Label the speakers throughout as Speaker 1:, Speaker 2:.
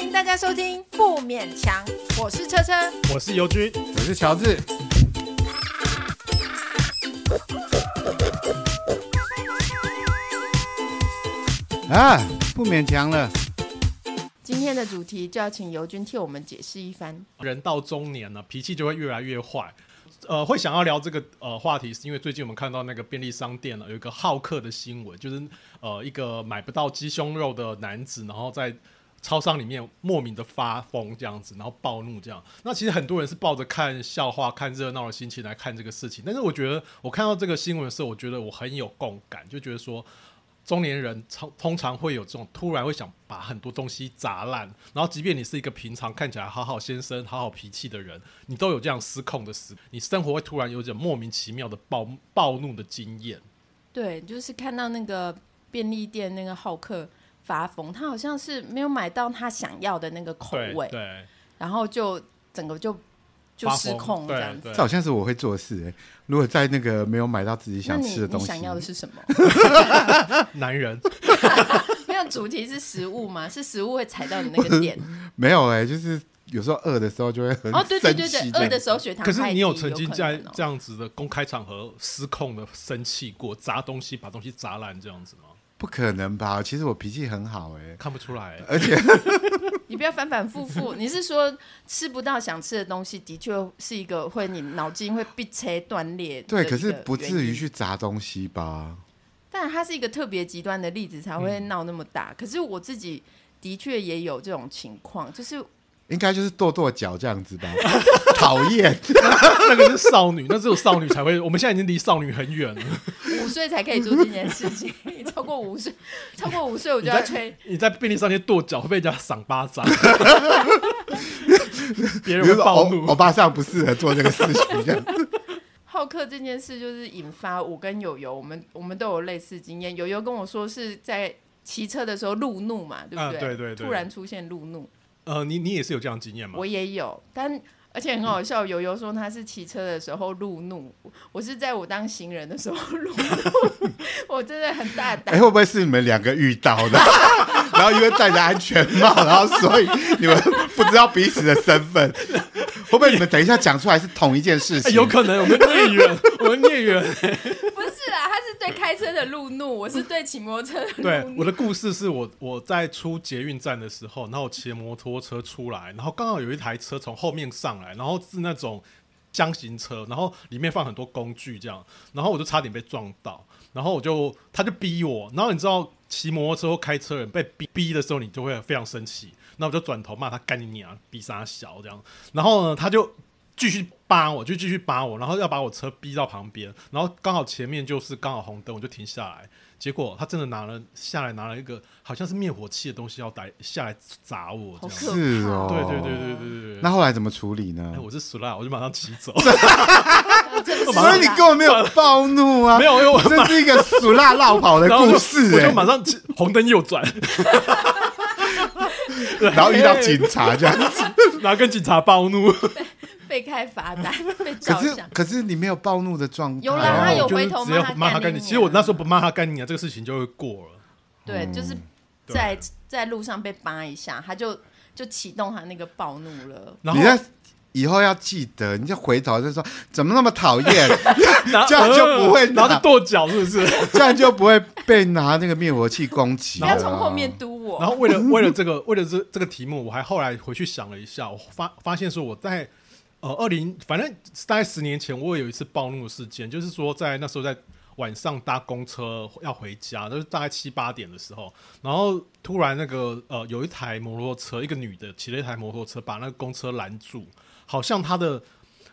Speaker 1: 迎大家收听《不勉强》，我是车车。
Speaker 2: 我是尤军，
Speaker 3: 我是乔治，啊，不勉强了，
Speaker 1: 今天的主题就要请尤军替我们解释一番。
Speaker 2: 人到中年了，脾气就会越来越坏。呃，会想要聊这个呃话题，是因为最近我们看到那个便利商店呢有一个好客的新闻，就是呃一个买不到鸡胸肉的男子，然后在超商里面莫名的发疯这样子，然后暴怒这样。那其实很多人是抱着看笑话、看热闹的心情来看这个事情，但是我觉得我看到这个新闻的时候，我觉得我很有共感，就觉得说中年人常通常会有这种突然会想把很多东西砸烂，然后即便你是一个平常看起来好好先生、好好脾气的人，你都有这样失控的时，你生活会突然有一种莫名其妙的暴暴怒的经验。
Speaker 1: 对，就是看到那个便利店那个好客发疯，他好像是没有买到他想要的那个口
Speaker 2: 对
Speaker 1: 味，
Speaker 2: 对，
Speaker 1: 然后就整个就就
Speaker 2: 发
Speaker 1: 失
Speaker 2: 疯
Speaker 1: 控这样
Speaker 2: 对
Speaker 1: 子。
Speaker 2: 对
Speaker 3: 这好像是我会做的事、欸。如果在那个没有买到自己
Speaker 1: 那
Speaker 3: 想
Speaker 1: 你
Speaker 3: 吃的
Speaker 1: 你
Speaker 3: 东西，
Speaker 1: 想要的是什么？
Speaker 2: 男人，
Speaker 1: 没有主题是食物吗？是食物会踩到你那个 点
Speaker 3: 没有哎、就是有时候饿的时候就会很
Speaker 1: 哦，对对对对
Speaker 3: 生气，这样
Speaker 1: 饿的时候血糖
Speaker 2: 可
Speaker 1: 太
Speaker 2: 是
Speaker 1: 低，
Speaker 2: 你有曾经
Speaker 1: 可
Speaker 2: 在
Speaker 1: 能哦
Speaker 2: 这样子的公开场合失控的生气过，砸东西把东西砸烂这样子吗？
Speaker 3: 不可能吧？其实我脾气很好哎、
Speaker 2: 看不出来、
Speaker 3: 而且
Speaker 1: 你不要反反复 复，你是说吃不到想吃的东西，的确是一个会你脑筋会被切断裂。
Speaker 3: 对，可是不至于。去砸东西吧？
Speaker 1: 但它是一个特别极端的例子才会闹那么大。可是我自己的确也有这种情况，就是
Speaker 3: 应该就是跺跺脚这样子 吧？讨厌，
Speaker 2: 那个是少女，那只有少女才会。我们现在已经离少女很远了。
Speaker 1: 五岁才可以做这件事情， 超过五岁，超过五岁我就要 吹。
Speaker 2: 你在便利商店跺脚会被人家赏巴掌，别
Speaker 3: 比
Speaker 2: 人
Speaker 3: 如
Speaker 2: 会
Speaker 3: 说哦
Speaker 2: 暴
Speaker 3: 欧
Speaker 2: 怒
Speaker 3: 欧。巴桑不适合做这个事情，这样
Speaker 1: 好客这件事就是引发我跟友友，我们我们都有类似经验。友友跟我说是在骑车的时候路怒嘛，对不
Speaker 2: 啊
Speaker 1: 对？
Speaker 2: 对对对
Speaker 1: 突然出现路怒，
Speaker 2: 呃，你你也是有这样的经验吗
Speaker 1: 我？也有，但而且很好笑。友友说他是骑车的时候路怒，我是在我当行人的时候路怒，我真的很大
Speaker 3: 哎、
Speaker 1: 胆。
Speaker 3: 会不会是你们两个遇到的？ 然后因为戴着安全帽，然后所以你们不知道彼此的身份，会不会你们等一下讲出来是同一件事
Speaker 2: 哎
Speaker 3: 情？
Speaker 2: 有可能我们孽缘，我们孽缘。
Speaker 1: 不是啦，他是对开车的路怒，我是对骑摩托车的路
Speaker 2: 对，
Speaker 1: 怒。
Speaker 2: 我的故事是我我在出捷运站的时候，然后我骑摩托车出来，然后刚好有一台车从后面上来，然后是那种箱型车，然后里面放很多工具这样，然后我就差点被撞到，然后我就他就逼我，然后你知道骑摩托车或开车人被逼逼的时候，你就会非常生气，那我就转头骂他干你娘，逼傻小这样，然后呢他就继续扒我，就继续扒我，然后要把我车逼到旁边，然后刚好前面就是刚好红灯，我就停下来。结果他真的拿了下来，拿了一个好像是灭火器的东西要来下来砸我，这
Speaker 1: 好
Speaker 2: 样。
Speaker 1: 可
Speaker 3: 是
Speaker 1: 怕
Speaker 3: 哦
Speaker 2: 对对对对对对对。
Speaker 3: 那后来怎么处理呢
Speaker 2: 哎，？我是死啦，我就马上骑走。
Speaker 1: 真的是啊
Speaker 3: 所以你根本没有暴怒啊！
Speaker 2: 没有，因为我
Speaker 3: 这是一个俗辣绕跑的
Speaker 2: 然后我
Speaker 3: 故
Speaker 2: 就
Speaker 3: 事
Speaker 2: 我
Speaker 3: 哎、
Speaker 2: 就马上骑红灯右转，
Speaker 3: 然后遇到 警察这样子。
Speaker 2: 然后跟警察暴怒。
Speaker 1: 被开罚单，被
Speaker 3: 可
Speaker 1: 照
Speaker 3: 是
Speaker 1: 相。
Speaker 3: 可是你没有暴怒的状态、
Speaker 1: 有啦
Speaker 3: 啊
Speaker 1: 他有
Speaker 2: 我就
Speaker 1: 回
Speaker 2: 是
Speaker 1: 头
Speaker 2: 直接
Speaker 1: 骂他
Speaker 2: 骂他
Speaker 1: 干
Speaker 2: 干
Speaker 1: 你
Speaker 2: 你。
Speaker 1: 娘
Speaker 2: 其实我那时候不骂他干你啊，这个事情就会过了。
Speaker 1: 对，就是
Speaker 2: 对
Speaker 1: 在在路上被扒一下，他就就启动他那个暴怒了。
Speaker 2: 然后
Speaker 3: 你在以后要记得，你就回头就说怎么那么讨厌，
Speaker 2: 然后
Speaker 3: 这样就不会
Speaker 2: 然后
Speaker 3: 拿
Speaker 2: 就呃跺脚，是不是？
Speaker 3: 这样就不会被拿那个灭火器攻击
Speaker 1: 不
Speaker 3: 了。
Speaker 1: 要从后 面嘟我。
Speaker 2: 然后为了 为了这个为了这这个题目，我还后来回去想了一下，我发发现说我在呃二零反正大概十年前，我有一次暴怒的事件，就是说在那时候在晚上搭公车要回家，就是大概七八点的时候，然后突然那个呃有一台摩托车，一个女的骑了一台摩托车把那个公车拦住，好像她的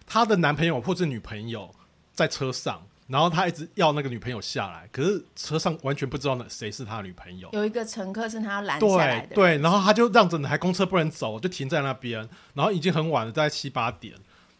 Speaker 2: 她的男朋友或是女朋友在车上。然后她一直要那个女朋友下来，可是车上完全不知道那谁是她的女朋友。
Speaker 1: 有一个乘客是他要拦下来
Speaker 2: 对
Speaker 1: 的，
Speaker 2: 对，然后他就让整台公车不能走，就停在那边，然后已经很晚了，大概七八点。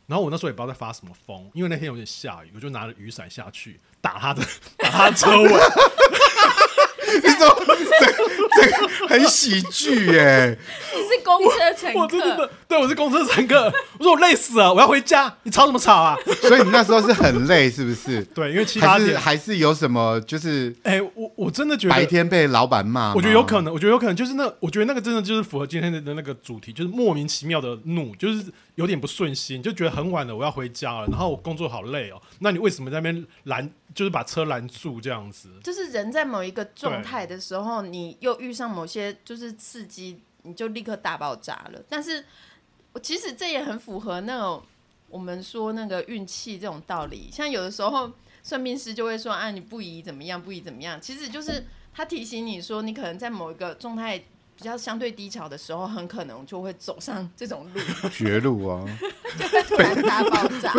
Speaker 2: 然后我那时候也不知道在发什么疯，因为那天有点下雨，我就拿着雨伞下去打他的打他的车尾，
Speaker 3: 你怎么这这个很喜剧耶、
Speaker 1: 你是
Speaker 4: 公车乘
Speaker 2: 我真
Speaker 4: 客，
Speaker 2: 的对我是公车乘客，我说我累死了，我要回家，你吵什么吵啊？
Speaker 3: 所以你那时候是很累，是不是？
Speaker 2: 对，因为七八
Speaker 3: 还是
Speaker 2: 点，
Speaker 3: 还是有什么？就是
Speaker 2: 哎、我我真的觉
Speaker 3: 白
Speaker 2: 得。
Speaker 3: 天被老板骂吗，
Speaker 2: 我觉得有可能，我觉得有可能就是那，我觉得那个真的就是符合今天的那个主题，就是莫名其妙的怒，就是有点不顺心，就觉得很晚了，我要回家了，然后我工作好累哦，那你为什么在那边拦，就是把车拦住这样子？
Speaker 1: 就是人在某一个状态的时候，你又遇上某些就是刺激，你就立刻大爆炸了。但是，我其实这也很符合那种我们说那个运气这种道理。像有的时候算命师就会说啊，你不宜怎么样，不宜怎么样。其实就是他提醒你说，你可能在某一个状态比较相对低潮的时候，很可能就会走上这种路，
Speaker 3: 绝路哦，
Speaker 1: 就会突然大爆炸。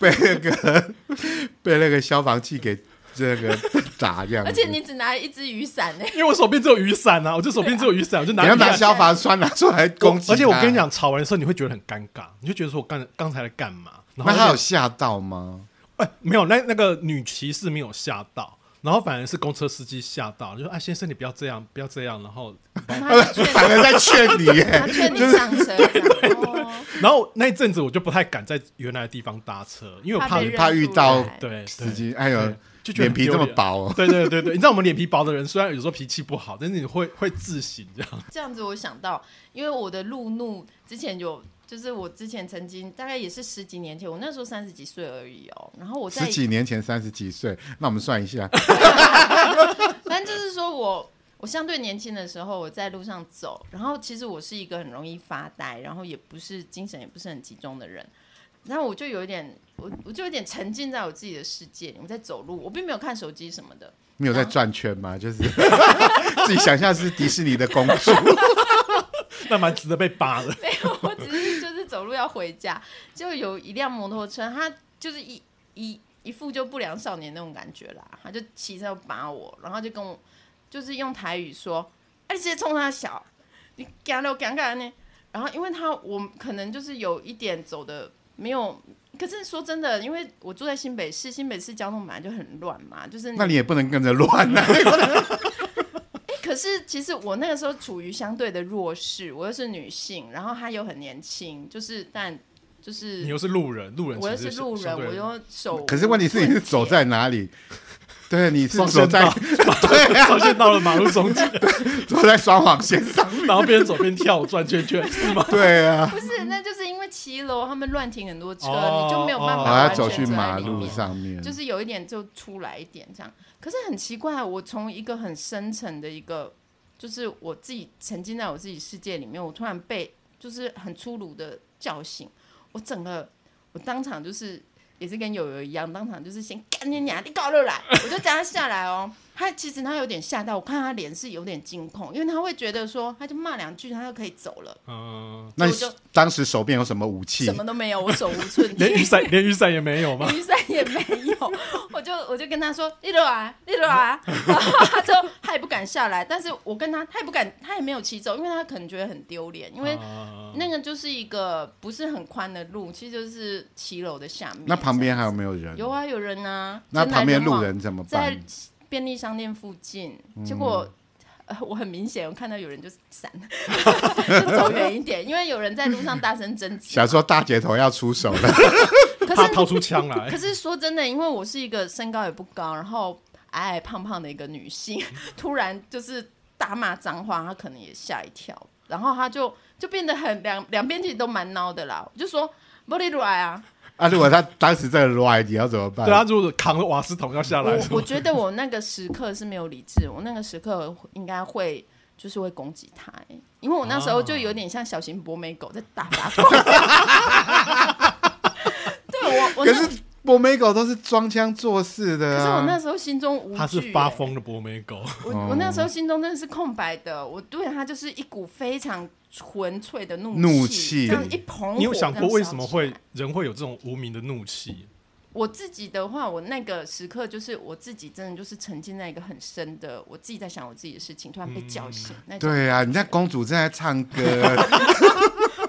Speaker 3: 被那个 被那个消防器给这个砸这样子。
Speaker 1: 而且你只拿一只雨伞呢、哎
Speaker 2: 因为我手边只有雨伞啊，我就手边只有雨伞，我就拿
Speaker 3: 你要
Speaker 2: 雨伞
Speaker 3: 拿消防栓拿出来攻击他，
Speaker 2: 而且我跟你讲，吵完的时候你会觉得很尴尬，你就觉得说我刚刚才在干嘛？然后
Speaker 3: 那他
Speaker 2: 就
Speaker 3: 有吓到吗？
Speaker 2: 哎、没有，那那个女骑士没有吓到，然后反而是公车司机吓到，就说：“哎，先生，你不要这样，不要这样。”然后，
Speaker 1: 他就劝
Speaker 3: 反而在劝你耶，
Speaker 1: 他劝你上车，这样 哦
Speaker 2: 然后那一阵子我就不太敢在原来的地方搭车，因为我
Speaker 1: 怕
Speaker 2: 怕
Speaker 1: 被认
Speaker 3: 怕遇
Speaker 1: 出
Speaker 3: 到
Speaker 1: 来
Speaker 2: 对
Speaker 3: 司机，哎呦
Speaker 2: 对，就觉得
Speaker 3: 脸
Speaker 2: 很
Speaker 3: 皮这么
Speaker 2: 丢脸
Speaker 3: 薄哦，
Speaker 2: 对对对对，你知道我们脸皮薄的人，虽然有时候脾气不好，但是你会会自省这样。
Speaker 1: 这样子，我想到，因为我的路怒之前有，就是我之前曾经大概也是十几年前，我那时候三十几岁而已哦。然后我在
Speaker 3: 十，几年前三十几岁，那我们算一下，
Speaker 1: 反正就是说我我相对年轻的时候，我在路上走，然后其实我是一个很容易发呆，然后也不是精神也不是很集中的人。然后我就有一点，我我就有点沉浸在我自己的世界里，我在走路，我并没有看手机什么的。
Speaker 3: 你有在转圈吗？就是 自己想象是迪士尼的公主，
Speaker 1: 嗯
Speaker 2: 那蛮值得被扒的。
Speaker 1: 我只是就是走路要回家，就有一辆摩托车，他就是一一一副就不良少年那种感觉啦，他就骑车把我，然后就跟我就是用台语说：“哎、你直接冲他小，你干了干干呢？”然后因为他我可能就是有一点走的没有，可是说真的，因为我住在新北市，新北市交通本来就很乱嘛，就是
Speaker 3: 那你也不能跟着乱啊。
Speaker 1: 嗯可是其实我那个时候处于相对的弱势，我又是女性，然后她又很年轻，就是但就是
Speaker 2: 你又是路人，路人
Speaker 1: 我又
Speaker 2: 其实
Speaker 1: 是路人，
Speaker 2: 相对
Speaker 1: 我又手。
Speaker 3: 可是问题是你是 走在哪里？对，啊你是
Speaker 2: 双
Speaker 3: 走
Speaker 2: 线
Speaker 3: 在
Speaker 2: 道， 对、啊，双线道的马路中间，
Speaker 3: 走在双黄线上，
Speaker 2: 然后边走边跳转圈圈，是吗？
Speaker 3: 对啊，
Speaker 1: 不是，那就是因为骑楼他们乱停很多车，
Speaker 2: 哦
Speaker 1: 你就没有办法
Speaker 2: 哦
Speaker 3: 然后
Speaker 1: 完
Speaker 3: 要
Speaker 1: 全
Speaker 3: 走去
Speaker 1: 在
Speaker 3: 马
Speaker 1: 里
Speaker 3: 路
Speaker 1: 面
Speaker 3: 上面，
Speaker 1: 就是有一点就出来一点这样。可是很奇怪，啊我从一个很深层的一个，就是我自己沉浸在我自己世界里面，我突然被就是很粗鲁的叫醒，我整个我当场就是也是跟友友一样，当场就是先干你娘，你搞了来，我就叫他下来哦。他其实他有点吓到，我看他脸是有点惊恐，因为他会觉得说，他就骂两句，他就可以走了，
Speaker 2: 嗯，
Speaker 3: 那你
Speaker 1: 我就
Speaker 3: 当时手边有什么武器
Speaker 1: 什？么都没有，我手无 寸铁
Speaker 2: 连。雨伞连雨伞也没有吗？
Speaker 1: 雨伞也没有，我就我就跟他说利落啊，利落啊，然后他就他也不敢下来，但是我跟他他也不敢，他也没有骑走，因为他可能觉得很丢脸，因
Speaker 3: 哦
Speaker 1: 为
Speaker 2: 啊
Speaker 1: 那个就是一个不是很宽的路，其实就是骑楼的下面。
Speaker 3: 那旁边还有
Speaker 1: 这样
Speaker 3: 没有人
Speaker 1: 子？有。啊有人啊，
Speaker 3: 那
Speaker 1: 人来
Speaker 3: 旁边
Speaker 1: 往
Speaker 3: 路人怎么
Speaker 1: 在
Speaker 3: 办？嗯
Speaker 1: 便利商店附近，结果、呃、我很明显我看到有人就闪， 就走远一点，因为有人在路上大声 争执，
Speaker 3: 想说大姐头要出手了，
Speaker 1: 可
Speaker 2: 怕
Speaker 1: 是
Speaker 2: 掏出枪来
Speaker 1: 可。是说真的，因为我是一个身高也不高，然后矮矮胖胖的一个女性， 突然就是大骂脏话，她可能也吓一跳，然后她就就变得很两两边其实都蛮孬的啦。我就说玻璃来啊，
Speaker 3: 啊！如果他当时在乱，你要怎么办？
Speaker 2: 对啊，如果扛着瓦斯桶要下 来，
Speaker 1: 我我觉得我那个时刻是没有理智，我那个时刻应该会。就是会攻击她，欸因为我那时候就有点像小型博美狗在打发 狗。 对我，哦我那
Speaker 3: 可是博美狗都是装腔作势的
Speaker 1: 可
Speaker 3: 啊。
Speaker 1: 是我那时候心中无惧、欸，
Speaker 2: 啊他是发疯的博美狗，
Speaker 1: 我我那时候心中真的是空白的，我对他就是一股非常纯粹的怒
Speaker 3: 怒气
Speaker 1: 气，这样一捧火。
Speaker 2: 你有想过为什
Speaker 1: 这
Speaker 2: 么
Speaker 1: 样
Speaker 2: 会
Speaker 1: 烧起来？
Speaker 2: 人会有这种无名的怒气？
Speaker 1: 我自己的话，我那个时刻就是我自己真的就是沉浸在一个很深的，我自己在想我自己的事情，突然被叫醒。那种
Speaker 3: 对啊，你在公主正在唱歌，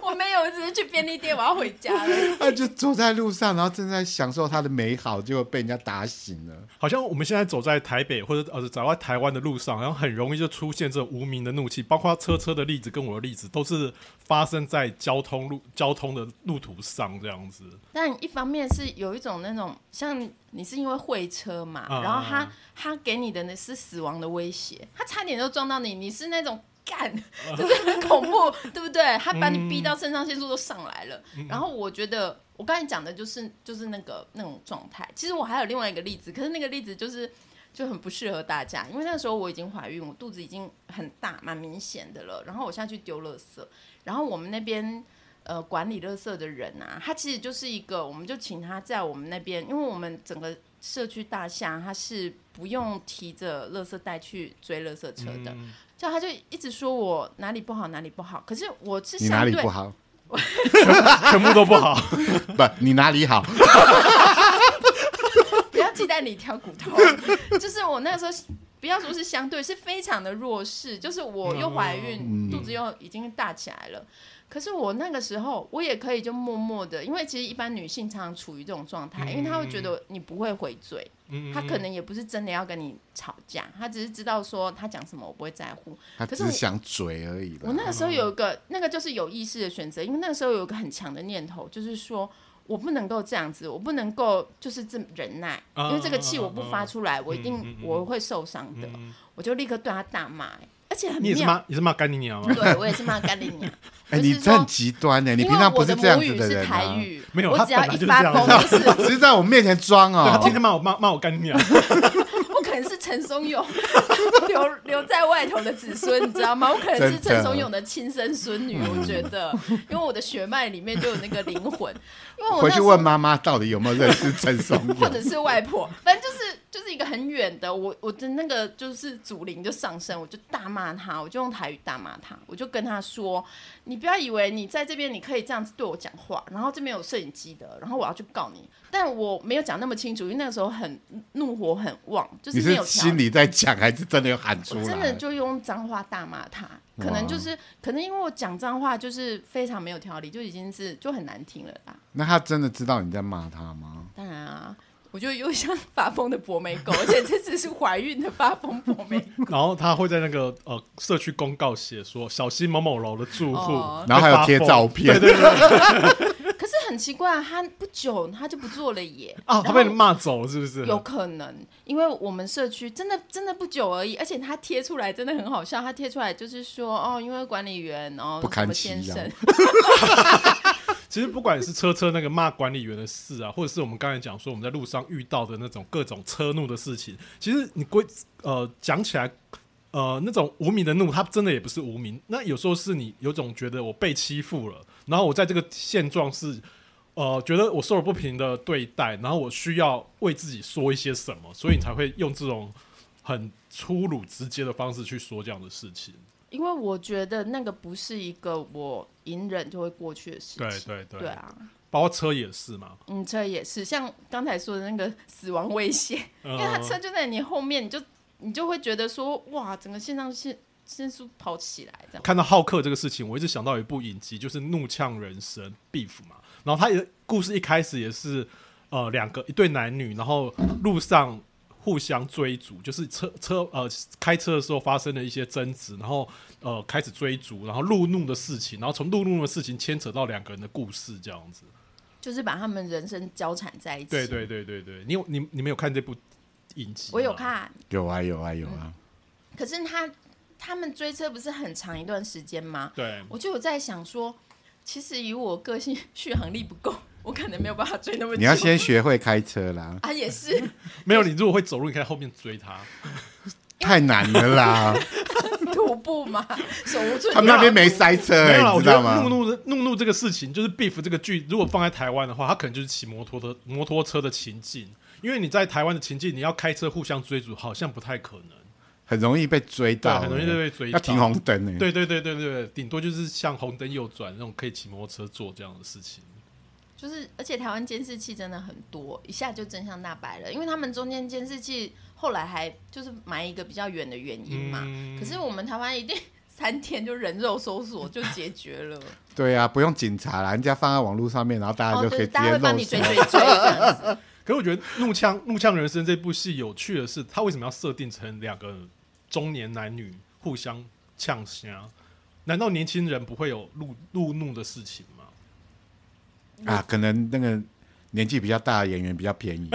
Speaker 1: 我没有，我只是去便利店，我要回家了。
Speaker 3: 他就走在路上，然后正在享受他的美好，结果被人家打醒了。
Speaker 2: 好像我们现在走在台北或者呃走在台湾的路上，好像很容易就出现这种无名的怒气，包括车车的例子跟我的例子，都是发生在交通路交通的路途上这样子。
Speaker 1: 但一方面是有一种那种像你是因为会车嘛，
Speaker 2: 嗯
Speaker 1: 然后他他给你的那是死亡的威胁，他差点就撞到你，你是那种。干，就是很恐怖，对不对？他把你逼到肾上腺素都上来了。然后我觉得，我刚才讲的就是就是那个那种状态。其实我还有另外一个例子，可是那个例子就是就很不适合大家，因为那时候我已经怀孕，我肚子已经很大，蛮明显的了。然后我下去丢垃圾，然后我们那边呃管理垃圾的人啊，他其实就是一个，我们就请他在我们那边，因为我们整个社区大厦他是不用提着垃圾袋去追垃圾车的，
Speaker 2: 嗯
Speaker 1: 就他就一直说我哪里不好哪里不好，可是我是
Speaker 3: 你哪
Speaker 1: 相
Speaker 3: 里
Speaker 1: 对
Speaker 3: 不好？
Speaker 2: 全部都不好，
Speaker 3: 不，你哪里好？
Speaker 1: 不要鸡蛋里挑骨头，就是我那个时候。不要说是相对，是非常的弱势。就是我又怀孕，肚子又已经大起来了。可是我那个时候，我也可以就默默的，因为其实一般女性常常处于这种状态，因为她会觉得你不会回嘴，
Speaker 2: 嗯
Speaker 1: 她可能也不是真的要跟你吵架，她只是知道说她讲什么我不会在乎。
Speaker 3: 他
Speaker 1: 可
Speaker 3: 只
Speaker 1: 是我
Speaker 3: 是想嘴而已吧
Speaker 1: 我。那个时候
Speaker 2: 哦
Speaker 1: 有一个，那个就是有意识的选择，因为那个时候有一个很强的念头，就是说我不能够这样子，我不能够就是这么忍耐，因为这个气我不发出来，我一
Speaker 2: 嗯嗯
Speaker 1: 定
Speaker 2: 嗯
Speaker 1: 我会受伤的，我就立刻对他大骂、欸而且很
Speaker 2: 你也是
Speaker 1: 妙，
Speaker 2: 骂你是骂干你娘吗？
Speaker 1: 对我也是骂干你 娘，我
Speaker 3: 哎，你
Speaker 1: 是
Speaker 3: 这
Speaker 1: 说
Speaker 3: 很极端欸呢，你
Speaker 1: 因
Speaker 3: 平
Speaker 1: 为
Speaker 3: 常不
Speaker 1: 我
Speaker 3: 是
Speaker 1: 的
Speaker 3: 这样
Speaker 1: 母
Speaker 3: 子
Speaker 1: 语
Speaker 3: 的
Speaker 1: 是
Speaker 3: 人
Speaker 1: 台
Speaker 3: 啊，
Speaker 1: 语，
Speaker 2: 没有
Speaker 1: 我
Speaker 2: 他
Speaker 1: 只要
Speaker 2: 本来
Speaker 1: 一
Speaker 2: 就是
Speaker 1: 发
Speaker 2: 这样
Speaker 1: 疯
Speaker 2: 子
Speaker 1: 就是
Speaker 3: 只是在我面前装
Speaker 2: 对 他天
Speaker 3: 哦。
Speaker 2: 天骂我骂骂我干你娘，
Speaker 1: 我可能是陈松勇 留留在外头的子孙，你知道吗？我可能是
Speaker 3: 真的
Speaker 1: 陈松勇的亲生孙女，我觉得，因为我的血脉里面就有那个灵魂。因为我
Speaker 3: 回
Speaker 1: 那
Speaker 3: 去
Speaker 1: 时候
Speaker 3: 问妈妈到底有没有认识陈松
Speaker 1: 或
Speaker 3: 勇
Speaker 1: 者。是外婆，反正就是就是一个很远的，我我的那个就是祖灵就上身，我就大骂他，我就用台语大骂他，我就跟他说，你不要以为你在这边你可以这样子对我讲话，然后这边有摄影机的，然后我要去告你，但我没有讲那么清楚，因为那个时候很怒火很旺，就
Speaker 3: 你
Speaker 1: 没
Speaker 3: 是
Speaker 1: 有条理
Speaker 3: 心里在讲，还是真的有喊出
Speaker 1: 我
Speaker 3: 来？
Speaker 1: 真的就用脏话大骂他，可能就是可能因为我讲脏话就是非常没有条理，就已经是就很难听了啦。
Speaker 3: 那他真的知道你在骂他吗？
Speaker 1: 当然啊，我就又像发疯的博美 狗，而且这次是怀孕的发疯博美狗。
Speaker 2: 然后他会在那个呃社区公告写说小心某某楼的住户
Speaker 1: 哦，
Speaker 3: 然后还有贴照片，
Speaker 1: 可是很奇怪、啊，他不久他就不做了耶。
Speaker 3: 哦
Speaker 2: 啊，他
Speaker 1: 然
Speaker 2: 被
Speaker 1: 后
Speaker 2: 你骂走了是不是？
Speaker 1: 有可能，因为我们社区真的真的不久而已，而且他贴出来真的很好笑，他贴出来就是说哦，因为管理员然后
Speaker 3: 不
Speaker 1: 什
Speaker 3: 堪
Speaker 1: 么
Speaker 3: 其
Speaker 1: 先
Speaker 3: 扰
Speaker 1: 生，
Speaker 2: 其实不管是车车那个骂管理员的事啊，或者是我们刚才讲说我们在路上遇到的那种各种车怒的事情，其实你归呃讲起来，呃那种无名的怒，它真的也不是无名。那有时候是你有种觉得我被欺负了，然后我在这个现状是。呃，觉得我受了不平的对待，然后我需要为自己说一些什么，所以你才会用这种很粗鲁、直接的方式去说这样的事情。
Speaker 1: 因为我觉得那个不是一个我隐忍就会过去的事情。
Speaker 2: 对对对，
Speaker 1: 对啊，
Speaker 2: 包括车也是嘛，
Speaker 1: 嗯，车也是，像刚才说的那个死亡威胁，因为他
Speaker 2: 嗯
Speaker 1: 车就在你后面，你就你就会觉得说，哇，整个线上线线速跑起来这样。
Speaker 2: 看到好客这个事情，我一直想到一部影集，就是《怒呛人生》Beef 嘛。然后他也故事一开始也是，呃，两个一对男女，然后路上互相追逐，就是车车呃开车的时候发生了一些争执，然后呃开始追逐，然后路怒的事情，然后从路怒的事情牵扯到两个人的故事这样子。
Speaker 1: 就是把他们人生交缠在一起。
Speaker 2: 对，对对对对，你有你你们有看这部影集？
Speaker 1: 我有，看，
Speaker 3: 有啊有啊有啊，
Speaker 1: 可是他他们追车不是很长一段时间吗？
Speaker 2: 对，
Speaker 1: 我就有在想说，其实以我个性续航力不够，我可能没有办法追那么久。
Speaker 3: 你要先学会开车啦，
Speaker 1: 啊，也是，
Speaker 2: 没有你如果会走路，你可以在后面追他。
Speaker 3: 太难了啦。
Speaker 1: 徒步嘛，手无寸铁。
Speaker 3: 他们那边没塞车、
Speaker 2: 没有啦，我
Speaker 3: 欸，你知
Speaker 2: 觉得
Speaker 3: 道
Speaker 2: 怒
Speaker 3: 吗？
Speaker 2: 怒的怒怒这个事情，就是 beef 这个剧，如果放在台湾的话，它可能就是骑摩托的摩托车的情境，因为你在台湾的情境，你要开车互相追逐，好像不太可能。
Speaker 3: 很容易被追到、欸
Speaker 2: 对很容易就被追到
Speaker 3: 啊要停红灯欸呢、
Speaker 2: 对对对对对，顶多就是像红灯右转那种可以骑摩托车做这样的事情。
Speaker 1: 就是，而且台湾监视器真的很多，一下就真相大白了。因为他们中间监视器后来还就是埋一个比较远的原因嘛。
Speaker 2: 嗯
Speaker 1: 可是我们台湾一定三天就人肉搜索就解决了，
Speaker 3: 对啊，不用警察啦，人家放在网络上面，然后大家就
Speaker 1: 哦，
Speaker 3: 可以
Speaker 1: 对，
Speaker 3: 直
Speaker 1: 大家
Speaker 3: 接
Speaker 1: 会帮
Speaker 3: 弄
Speaker 1: 你
Speaker 3: 死
Speaker 1: 追。追追这样子。
Speaker 2: 可是我觉得《怒呛怒呛人生》这部戏有趣的是，他为什么要设定成两个中年男女互相呛虾？难道年轻人不会有路路怒的事情吗？
Speaker 3: 啊，可能那个年纪比较大的演员比较便宜，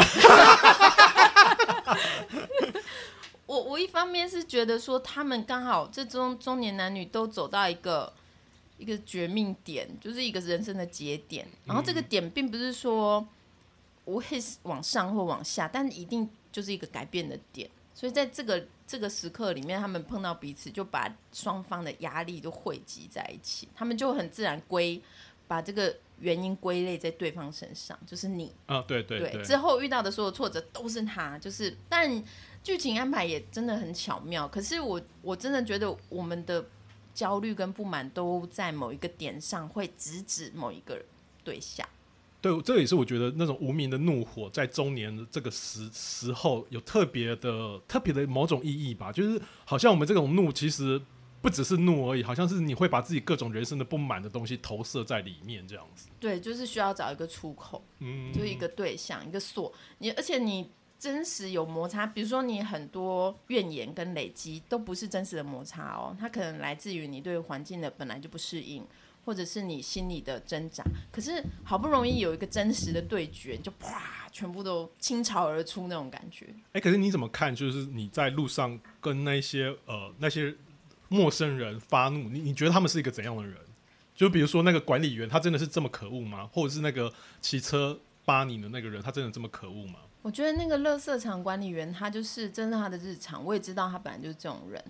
Speaker 1: 我我一方面是觉得说他们刚好这中中年男女都走到一个一个绝命点，就是一个人生的节点。然后这个点并不是说我会是往上或往下，但一定就是一个改变的点。所以在这个这个时刻里面，他们碰到彼此，就把双方的压力都汇集在一起，他们就很自然归把这个原因归类在对方身上，就是你
Speaker 2: 啊，对对
Speaker 1: 对，
Speaker 2: 对，
Speaker 1: 之后遇到的所有挫折都是他，就是但剧情安排也真的很巧妙。可是我我真的觉得我们的焦虑跟不满都在某一个点上会直指某一个对象。
Speaker 2: 对，这也是我觉得那种无名的怒火在中年这个时时候有特别的、特别的某种意义吧。就是好像我们这种怒，其实不只是怒而已，好像是你会把自己各种人生的不满的东西投射在里面，这样子。
Speaker 1: 对，就是需要找一个出口，
Speaker 2: 嗯，
Speaker 1: 就是一个对象，一个锁。你而且你真实有摩擦，比如说你很多怨言跟累积都不是真实的摩擦哦，它可能来自于你对环境的本来就不适应，或者是你心里的挣扎。可是好不容易有一个真实的对决，你就啪，全部都倾巢而出那种感觉。
Speaker 2: 哎、可是你怎么看？就是你在路上跟那些呃那些陌生人发怒，你你觉得他们是一个怎样的人？就比如说那个管理员，他真的是这么可恶吗？或者是那个骑车扒你的那个人，他真的这么可恶吗？
Speaker 1: 我觉得那个乐色场管理员，他就是真的他的日常，我也知道他本来就是这种人，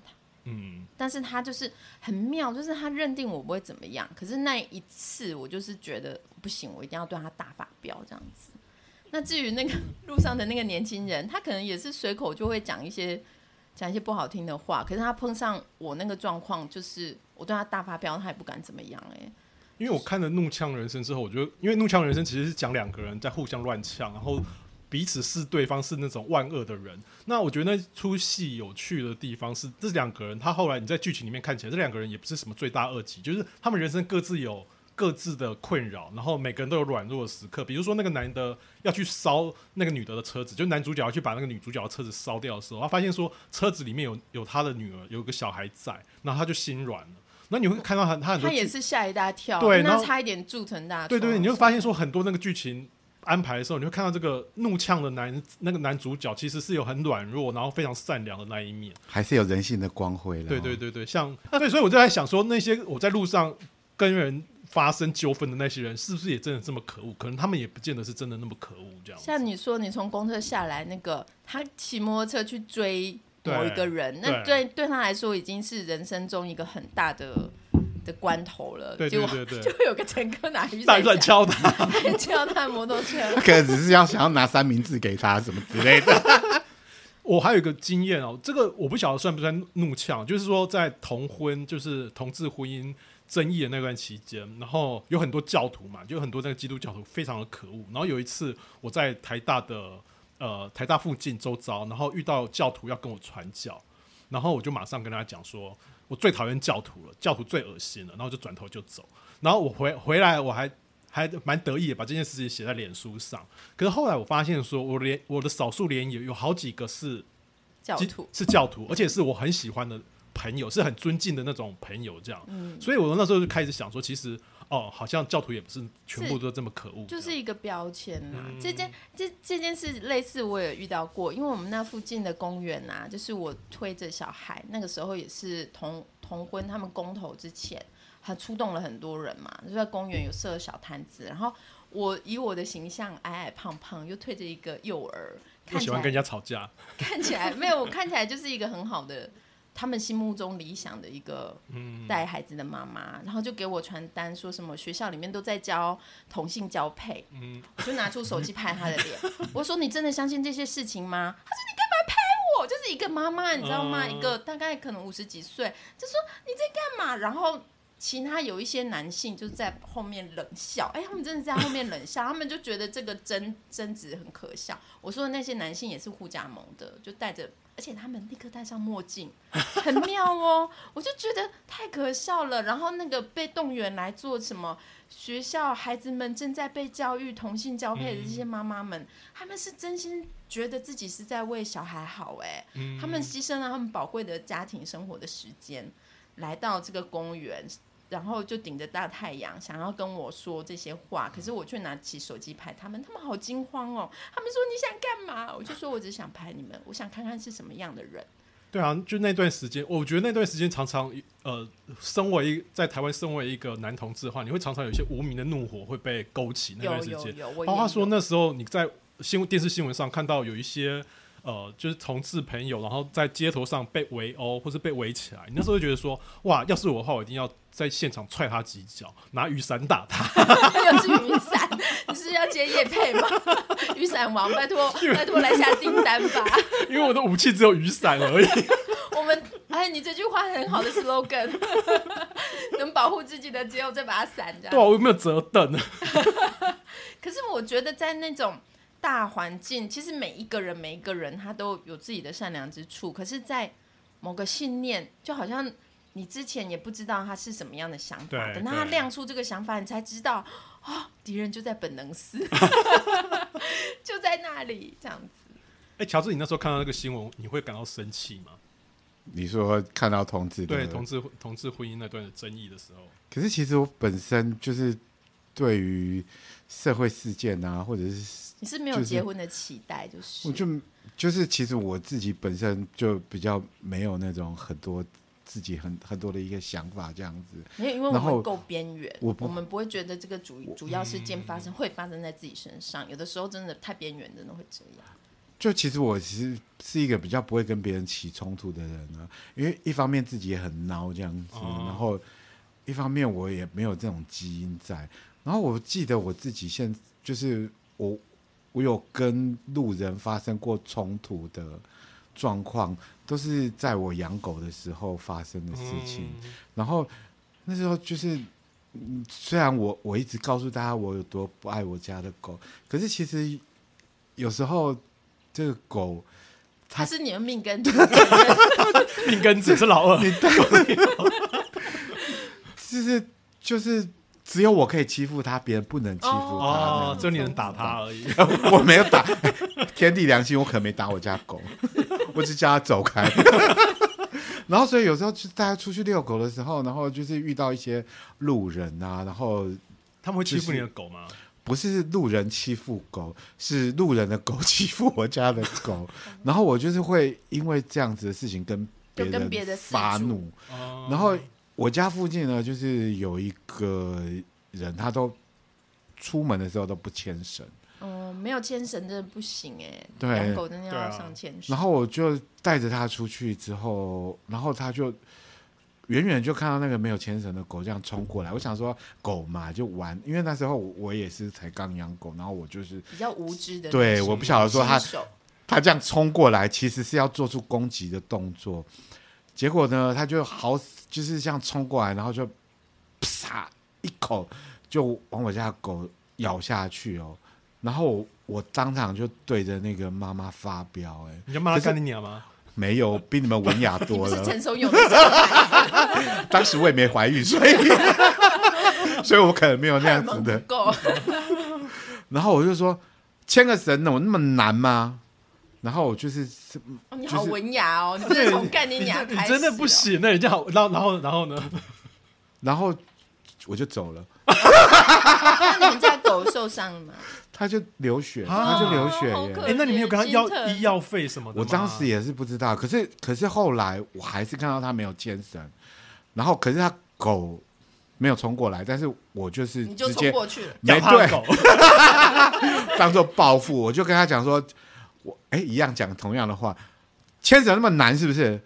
Speaker 2: 嗯，
Speaker 1: 但是他就是很妙，就是他认定我不会怎么样，可是那一次我就是觉得不行，我一定要对他大发飙这样子。那至于那个路上的那个年轻人，他可能也是随口就会讲一些 讲一些不好听的话，可是他碰上我那个状况，就是我对他大发飙，他也不敢怎么样哎、
Speaker 2: 因为我看了《怒呛人生》之后，我觉得，因为《怒呛人生》其实是讲两个人在互相乱呛，然后彼此是对方是那种万恶的人。那我觉得那出戏有趣的地方是，这两个人他后来你在剧情里面看起来，这两个人也不是什么罪大恶极，就是他们人生各自有各自的困扰，然后每个人都有软弱的时刻。比如说那个男的要去烧那个女的的车子，就男主角要去把那个女主角的车子烧掉的时候，他发现说车子里面有有他的女儿，有个小孩在，然后他就心软了。那你会看到他，他很多
Speaker 1: 他也
Speaker 2: 剧
Speaker 1: 是吓一大跳，
Speaker 2: 对
Speaker 1: 那
Speaker 2: 然后
Speaker 1: 差一点铸成大
Speaker 2: 对对，
Speaker 1: 错
Speaker 2: 对你就发现说很多那个剧情安排的时候，你会看到这个怒呛的男那个男主角其实是有很软弱，然后非常善良的那一面。
Speaker 3: 还是有人性的光辉了。
Speaker 2: 对对，对对，像啊对，所以我就在想说，那些我在路上跟人发生纠纷的那些人，是不是也真的这么可恶？可能他们也不见得是真的那么可恶，这样子。
Speaker 1: 像你说，你从公车下来，那个他骑摩托车去追
Speaker 2: 对
Speaker 1: 某一个人，那对
Speaker 2: 对
Speaker 1: 对他来说已经是人生中一个很大的的关头了。
Speaker 2: 对
Speaker 1: 结果
Speaker 2: 对对对
Speaker 1: 就有个乘客拿雨
Speaker 2: 大
Speaker 1: 伞
Speaker 2: 乱
Speaker 1: 敲
Speaker 2: 敲他，
Speaker 1: 敲他的摩托车。
Speaker 3: 他可能只是要想要拿三明治给他什么之类 的。
Speaker 2: 我还有一个经验哦，这个我不晓得算不算怒呛，就是说在同婚，就是同志婚姻争议的那段期间，然后有很多教徒嘛，就有很多那个基督教徒非常的可恶。然后有一次我在台大的呃台大附近周遭，然后遇到教徒要跟我传教，然后我就马上跟他讲说，我最讨厌教徒了，教徒最恶心了，然后就转头就走。然后我回回来我还。还蛮得意的，把这件事情写在脸书上。可是后来我发现说我连我的少数连友有好几个是
Speaker 1: 教
Speaker 2: 基
Speaker 1: 徒，
Speaker 2: 是教徒，而且是我很喜欢的朋友，是很尊敬的那种朋友，这样。
Speaker 1: 嗯
Speaker 2: 所以我那时候就开始想说，其实哦，好像教徒也不是全部都这么可恶，
Speaker 1: 就
Speaker 2: 这
Speaker 1: 是
Speaker 2: 样
Speaker 1: 一个标签啦、
Speaker 2: 嗯
Speaker 1: 这件这这件事类似我也遇到过，因为我们那附近的公园啊，就是我推着小孩，那个时候也是同同婚他们公投之前，还出动了很多人嘛，就在公园有设小摊子，然后我以我的形象矮矮胖胖，又推着一个幼儿，
Speaker 2: 我
Speaker 1: 看
Speaker 2: 喜
Speaker 1: 起
Speaker 2: 欢跟人
Speaker 1: 来
Speaker 2: 家吵架。
Speaker 1: 看起来没有，我看起来就是一个很好的。他们心目中理想的一个
Speaker 2: 嗯，
Speaker 1: 带孩子的妈妈，然后就给我传单，说什么学校里面都在教同性交配，
Speaker 2: 嗯
Speaker 1: 我就拿出手机拍他的 脸，我说你真的相信这些事情吗？他说你干嘛拍我？就是一个妈妈，你知道吗？
Speaker 2: 嗯
Speaker 1: 一个大概可能五十几岁，就说你在干嘛？然后其他有一些男性就在后面冷笑，哎、他们真的在后面冷笑，他们就觉得这个争争执很可笑。我说的那些男性也是护甲盟的，就戴着，而且他们立刻戴上墨镜，很妙哦。我就觉得太可笑了。然后那个被动员来做什么？学校孩子们正在被教育同性交配的这些妈妈们，他们是真心觉得自己是在为小孩好、哎、
Speaker 2: 嗯
Speaker 1: 他们牺牲了他们宝贵的家庭生活的时间，来到这个公园，然后就顶着大太阳，想要跟我说这些话，可是我却拿起手机拍他们，他们好惊慌哦，他们说你想干嘛？我就说我只想拍你们，我想看看是什么样的人。
Speaker 2: 对啊，就那段时间，我觉得那段时间常常，呃，身为一在台湾身为一个男同志的话，你会常常有一些无名的怒火会被勾起。那段
Speaker 1: 有
Speaker 2: 时
Speaker 1: 有
Speaker 2: 间，
Speaker 1: 有，我
Speaker 2: 包括
Speaker 1: 也
Speaker 2: 哦说
Speaker 1: 有
Speaker 2: 那时候你在新闻电视新闻上看到有一些呃，就是同志朋友，然后在街头上被围殴或是被围起来，你那时候会觉得说，哇，要是我的话，我一定要在现场踹他几脚，拿雨伞打他。
Speaker 1: 又是雨伞，你是要接叶配吗？雨伞王，拜托拜托来下订单吧。
Speaker 2: 因为我的武器只有雨伞而已。
Speaker 1: 我们哎，你这句话很好的 slogan，能保护自己的只有这把伞，这
Speaker 2: 对
Speaker 1: 样。
Speaker 2: 啊，我有没有折凳？
Speaker 1: 可是我觉得在那种大环境，其实每一个人每一个人他都有自己的善良之处，可是，在某个信念，就好像你之前也不知道他是什么样的想法，
Speaker 2: 对
Speaker 1: 等到他
Speaker 2: 对
Speaker 1: 亮出这个想法，你才知道啊、敌人就在本能寺，就在那里这样子。
Speaker 2: 哎、乔治，你那时候看到那个新闻，你会感到生气吗？
Speaker 3: 你说看到同志的
Speaker 2: 对同志同志婚姻那段的争议的时候，
Speaker 3: 可是其实我本身就是对于社会事件啊，或者是
Speaker 1: 你是没有
Speaker 3: 就是
Speaker 1: 结婚的期待，就是
Speaker 3: 我就就是其实我自己本身就比较没有那种很多自己很很多的一个想法这样子。
Speaker 1: 没有，因为我
Speaker 3: 然后
Speaker 1: 们够边缘，
Speaker 3: 我
Speaker 1: 我
Speaker 3: 不嗯
Speaker 1: 们不会觉得这个主主要事件发生会发生在自己身上，有的时候真的太边缘，真的会这样。
Speaker 3: 就其实我其实是一个比较不会跟别人起冲突的人啊，因为一方面自己也很孬这样子，
Speaker 2: 哦
Speaker 3: 然后一方面我也没有这种基因在。然后我记得我自己现就是我我有跟路人发生过冲突的状况，都是在我养狗的时候发生的事情。
Speaker 2: 嗯
Speaker 3: 然后那时候就是，嗯虽然我我一直告诉大家我有多不爱我家的狗，可是其实有时候这个狗，
Speaker 1: 它
Speaker 3: 它
Speaker 1: 是你的命 根子，
Speaker 2: 命根子是老二，
Speaker 3: 你带我就是就是只有我可以欺负它，别人不能欺负它。
Speaker 2: 哦，
Speaker 1: 这
Speaker 2: 就你能打他而已。
Speaker 3: 我没有打，天地良心，我可没打我家狗， 我只叫它走开。 然后，所以有时候就大家出去遛狗的时候，然后就是遇到一些路人啊，然后
Speaker 2: 他们会欺
Speaker 3: 就
Speaker 2: 负
Speaker 3: 是
Speaker 2: 你的狗吗？
Speaker 3: 不是路人欺负狗，是路人的狗 欺负我家的狗，然后我就是会因为这样子的事情跟别
Speaker 1: 就跟别的
Speaker 3: 人
Speaker 1: 事主嗯
Speaker 3: 发怒，
Speaker 2: 哦
Speaker 3: 然后我家附近呢，就是有一个人，他都出门的时候都不牵绳，
Speaker 1: 嗯，没有牵绳真的不行哎，
Speaker 3: 对
Speaker 1: 养狗真的
Speaker 2: 对
Speaker 1: 要
Speaker 2: 啊
Speaker 1: 上牵绳。
Speaker 3: 然后我就带着他出去之后，然后他就远远就看到那个没有牵绳的狗这样冲过来，我想说狗嘛就玩，因为那时候我我也是才刚养狗，然后我就是
Speaker 1: 比较无知的那种，
Speaker 3: 对，我不晓得说他
Speaker 1: 新手
Speaker 3: 他这样冲过来，其实是要做出攻击的动作。结果呢，他就好死就是这样冲过来，然后就啪一口就往我家的狗咬下去哦。然后我我当场就对着那个妈妈发飙、哎，
Speaker 2: 你就骂他
Speaker 3: 可是
Speaker 2: 干你娘吗？
Speaker 3: 没有，比你们文雅
Speaker 1: 你
Speaker 3: 多
Speaker 1: 不是
Speaker 3: 了。
Speaker 1: 成熟有的小孩，
Speaker 3: 当时我也没怀孕，所以 所以我可能没有那
Speaker 1: 荷尔
Speaker 3: 样子
Speaker 1: 蒙
Speaker 3: 的
Speaker 1: 不 够，
Speaker 3: 然后我就说牵个绳呢，我那么难吗？然后我就是
Speaker 1: 哦你好文雅哦， 你真的从干你娘
Speaker 2: 你
Speaker 1: 开始，哦
Speaker 2: 真的不。行，那人家好，然后然后然后呢？
Speaker 3: 然后我就走了，
Speaker 1: 那你们家狗受伤了吗？
Speaker 3: 他就流血，
Speaker 2: 啊
Speaker 3: 他就流血
Speaker 1: 好
Speaker 3: 耶
Speaker 1: 可啊
Speaker 2: 哎，那你没有跟他
Speaker 1: 心
Speaker 2: 要
Speaker 1: 疼
Speaker 2: 医药费什么的
Speaker 3: 我
Speaker 2: 吗？
Speaker 3: 当时也是不知道，可是可是后来我还是看到他没有牵绳，然后可是他狗没有冲过来，但是我就是
Speaker 1: 你就
Speaker 3: 直
Speaker 1: 冲
Speaker 3: 接
Speaker 1: 过去了，
Speaker 2: 咬
Speaker 3: 没
Speaker 2: 他的
Speaker 3: 对，
Speaker 2: 狗，
Speaker 3: 当做报复，我就跟他讲说，我哎一样讲同样的话，牵绳那么难是不是？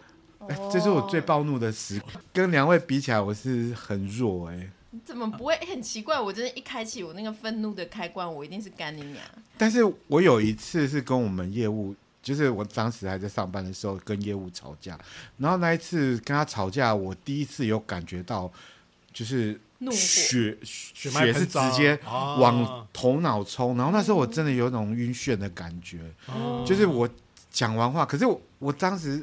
Speaker 3: 哎，这是我
Speaker 1: 哦
Speaker 3: 最暴怒的时刻，跟两位比起来，我是很弱哎、
Speaker 1: 怎么不会、很奇怪？我真的，一开启我那个愤怒的开关，我一定是干你娘！
Speaker 3: 但是我有一次是跟我们业务，就是我当时还在上班的时候跟业务吵架，然后那一次跟他吵架，我第一次有感觉到，就是
Speaker 1: 怒火
Speaker 3: 血
Speaker 2: 血
Speaker 3: 血
Speaker 2: 脉
Speaker 3: 是
Speaker 2: 喷
Speaker 3: 直
Speaker 2: 张
Speaker 3: 接
Speaker 2: 啊
Speaker 3: 往头脑冲，然后那时候我真的有一种晕眩的感觉，
Speaker 2: 哦
Speaker 3: 就是我讲完话，可是我我当时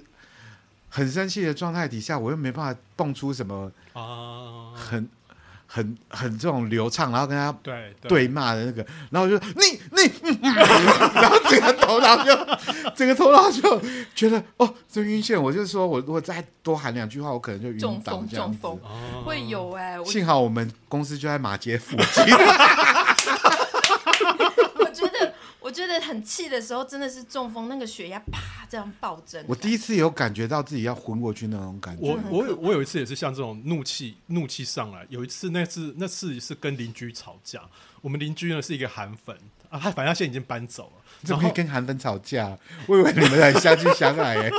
Speaker 3: 很生气的状态底下，我又没办法蹦出什么
Speaker 2: 啊，
Speaker 3: 很很很这种流畅，然后跟他
Speaker 2: 对
Speaker 3: 对骂的那个，然后我就你你，嗯嗯 然后整个头脑就整个头脑就觉得哦，真晕眩。我就说我如果再多喊两句话，我可能就
Speaker 1: 中
Speaker 3: 晕倒
Speaker 1: 风
Speaker 3: 这样
Speaker 1: 中
Speaker 3: 子。
Speaker 1: 风
Speaker 2: 哦
Speaker 1: 会有哎、我
Speaker 3: 嗯幸好我们公司就在马街附近，
Speaker 1: 我觉得 我觉得很气的时候真的是中风，那个血压啪这样暴增。
Speaker 3: 我第一次有感觉到自己要昏过去那种感
Speaker 2: 我
Speaker 3: 觉。
Speaker 2: 我有我有一次也是像这种怒气怒气上来，有一次那次那次是跟邻居吵架，我们邻居呢是一个韩粉啊，他反正他现在已经搬走了，
Speaker 3: 你怎
Speaker 2: 然
Speaker 3: 么可以
Speaker 2: 后
Speaker 3: 跟韩粉吵架？我以为你们很相亲相爱 耶。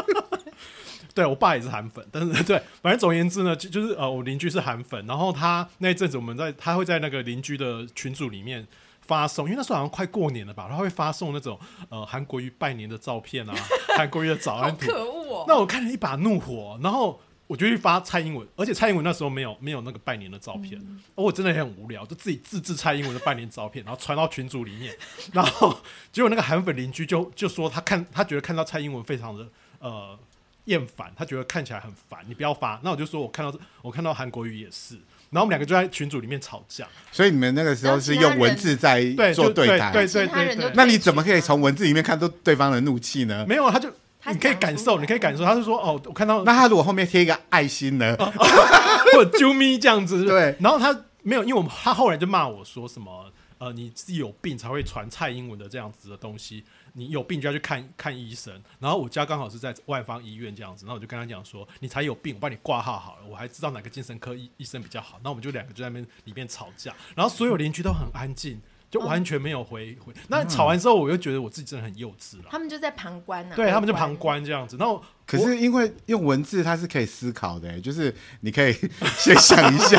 Speaker 2: 对我爸也是韩粉，但是对，反正总而言之呢，就就是呃我邻居是韩粉，然后他那一阵子我们在他会在那个邻居的群组里面。发送，因为那时候好像快过年了吧，他会发送那种呃韩国瑜拜年的照片啊，韩国瑜的早
Speaker 1: 好
Speaker 2: 安图，
Speaker 1: 可恶哦、
Speaker 2: 那我看了一把怒火，然后我就去发蔡英文，而且蔡英文那时候没有没有那个拜年的照片，
Speaker 1: 嗯
Speaker 2: 而我真的也很无聊，就自己自制蔡英文的拜年照片，然后 传到群组里面，然后结果那个韩粉邻居就就说他看他觉得看到蔡英文非常的呃厌烦，他觉得看起来很烦，你不要发。那我就说我看到我看到韩国瑜也是。然后我们两个就在群组里面吵架，
Speaker 3: 所以你们那个时候是用文字在
Speaker 2: 对，就
Speaker 3: 做对
Speaker 2: 对
Speaker 3: 待
Speaker 2: 对，
Speaker 1: 其他
Speaker 2: 对
Speaker 1: 人
Speaker 2: 对
Speaker 1: 就
Speaker 3: 那你怎么可以从文字里面看出对方的怒气呢？
Speaker 2: 没有啊，他就
Speaker 1: 他
Speaker 2: 你可以
Speaker 1: 讲
Speaker 2: 感
Speaker 1: 出
Speaker 2: 受，
Speaker 1: 来
Speaker 2: 你可以感受，他就说哦，我看到
Speaker 3: 那他如果后面贴一个爱心 呢？
Speaker 2: 或者啾咪这样子。
Speaker 3: 对
Speaker 2: 然后他没有，因为我们他后来就骂我说什么。呃，你自己有病才会传蔡英文的这样子的东西，你有病就要去看看医生。然后我家刚好是在外方医院这样子，然后我就跟他讲说，你才有病，我帮你挂号好了，我还知道哪个精神科医医生比较好。那我们就两个就在那边里面吵架，然后所有邻居都很安静，就完全没有回回。那吵完之后，我又觉得我自己真的很幼稚了，
Speaker 1: 他们就在旁观啊，
Speaker 2: 对他们就旁。观这样子。然后
Speaker 3: 可是因为用文字它是可以思考的、欸就是你可以 先想一 下，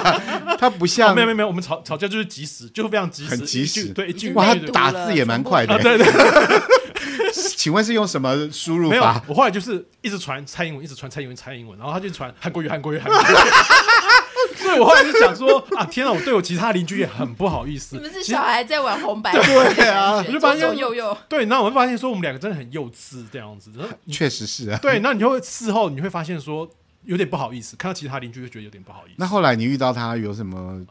Speaker 3: 它不
Speaker 2: 我、
Speaker 3: 像
Speaker 2: 哦没有没有没有，我们吵吵架就是及时，就非常及时，
Speaker 3: 很及
Speaker 2: 一句
Speaker 3: 时
Speaker 2: 对一句
Speaker 3: 哇，
Speaker 2: 对
Speaker 3: 它
Speaker 2: 对
Speaker 3: 打字也蛮快的、欸
Speaker 2: 啊对对。
Speaker 3: 请问是用什么输入
Speaker 2: 没有
Speaker 3: 法，？
Speaker 2: 我后来就是一直传蔡英文，一直传蔡英文，蔡英文，然后他就传韩国瑜，韩国瑜，韩国瑜。所以我后来就想说啊，天啊，我对我其他邻居也很不好意 思。
Speaker 1: 你们是
Speaker 2: 其实
Speaker 1: 小孩在玩 红白对
Speaker 3: 啊
Speaker 2: 我就发
Speaker 1: 左
Speaker 2: 现
Speaker 1: 左右右，
Speaker 2: 对，那我就发现说我们两个真的很幼稚这 样子。然后
Speaker 3: 确实是啊。
Speaker 2: 对，那你就会事后你会发现说有点不好意思，看到其他邻居就觉得有点不好意思。
Speaker 3: 那后来你遇到他有什么？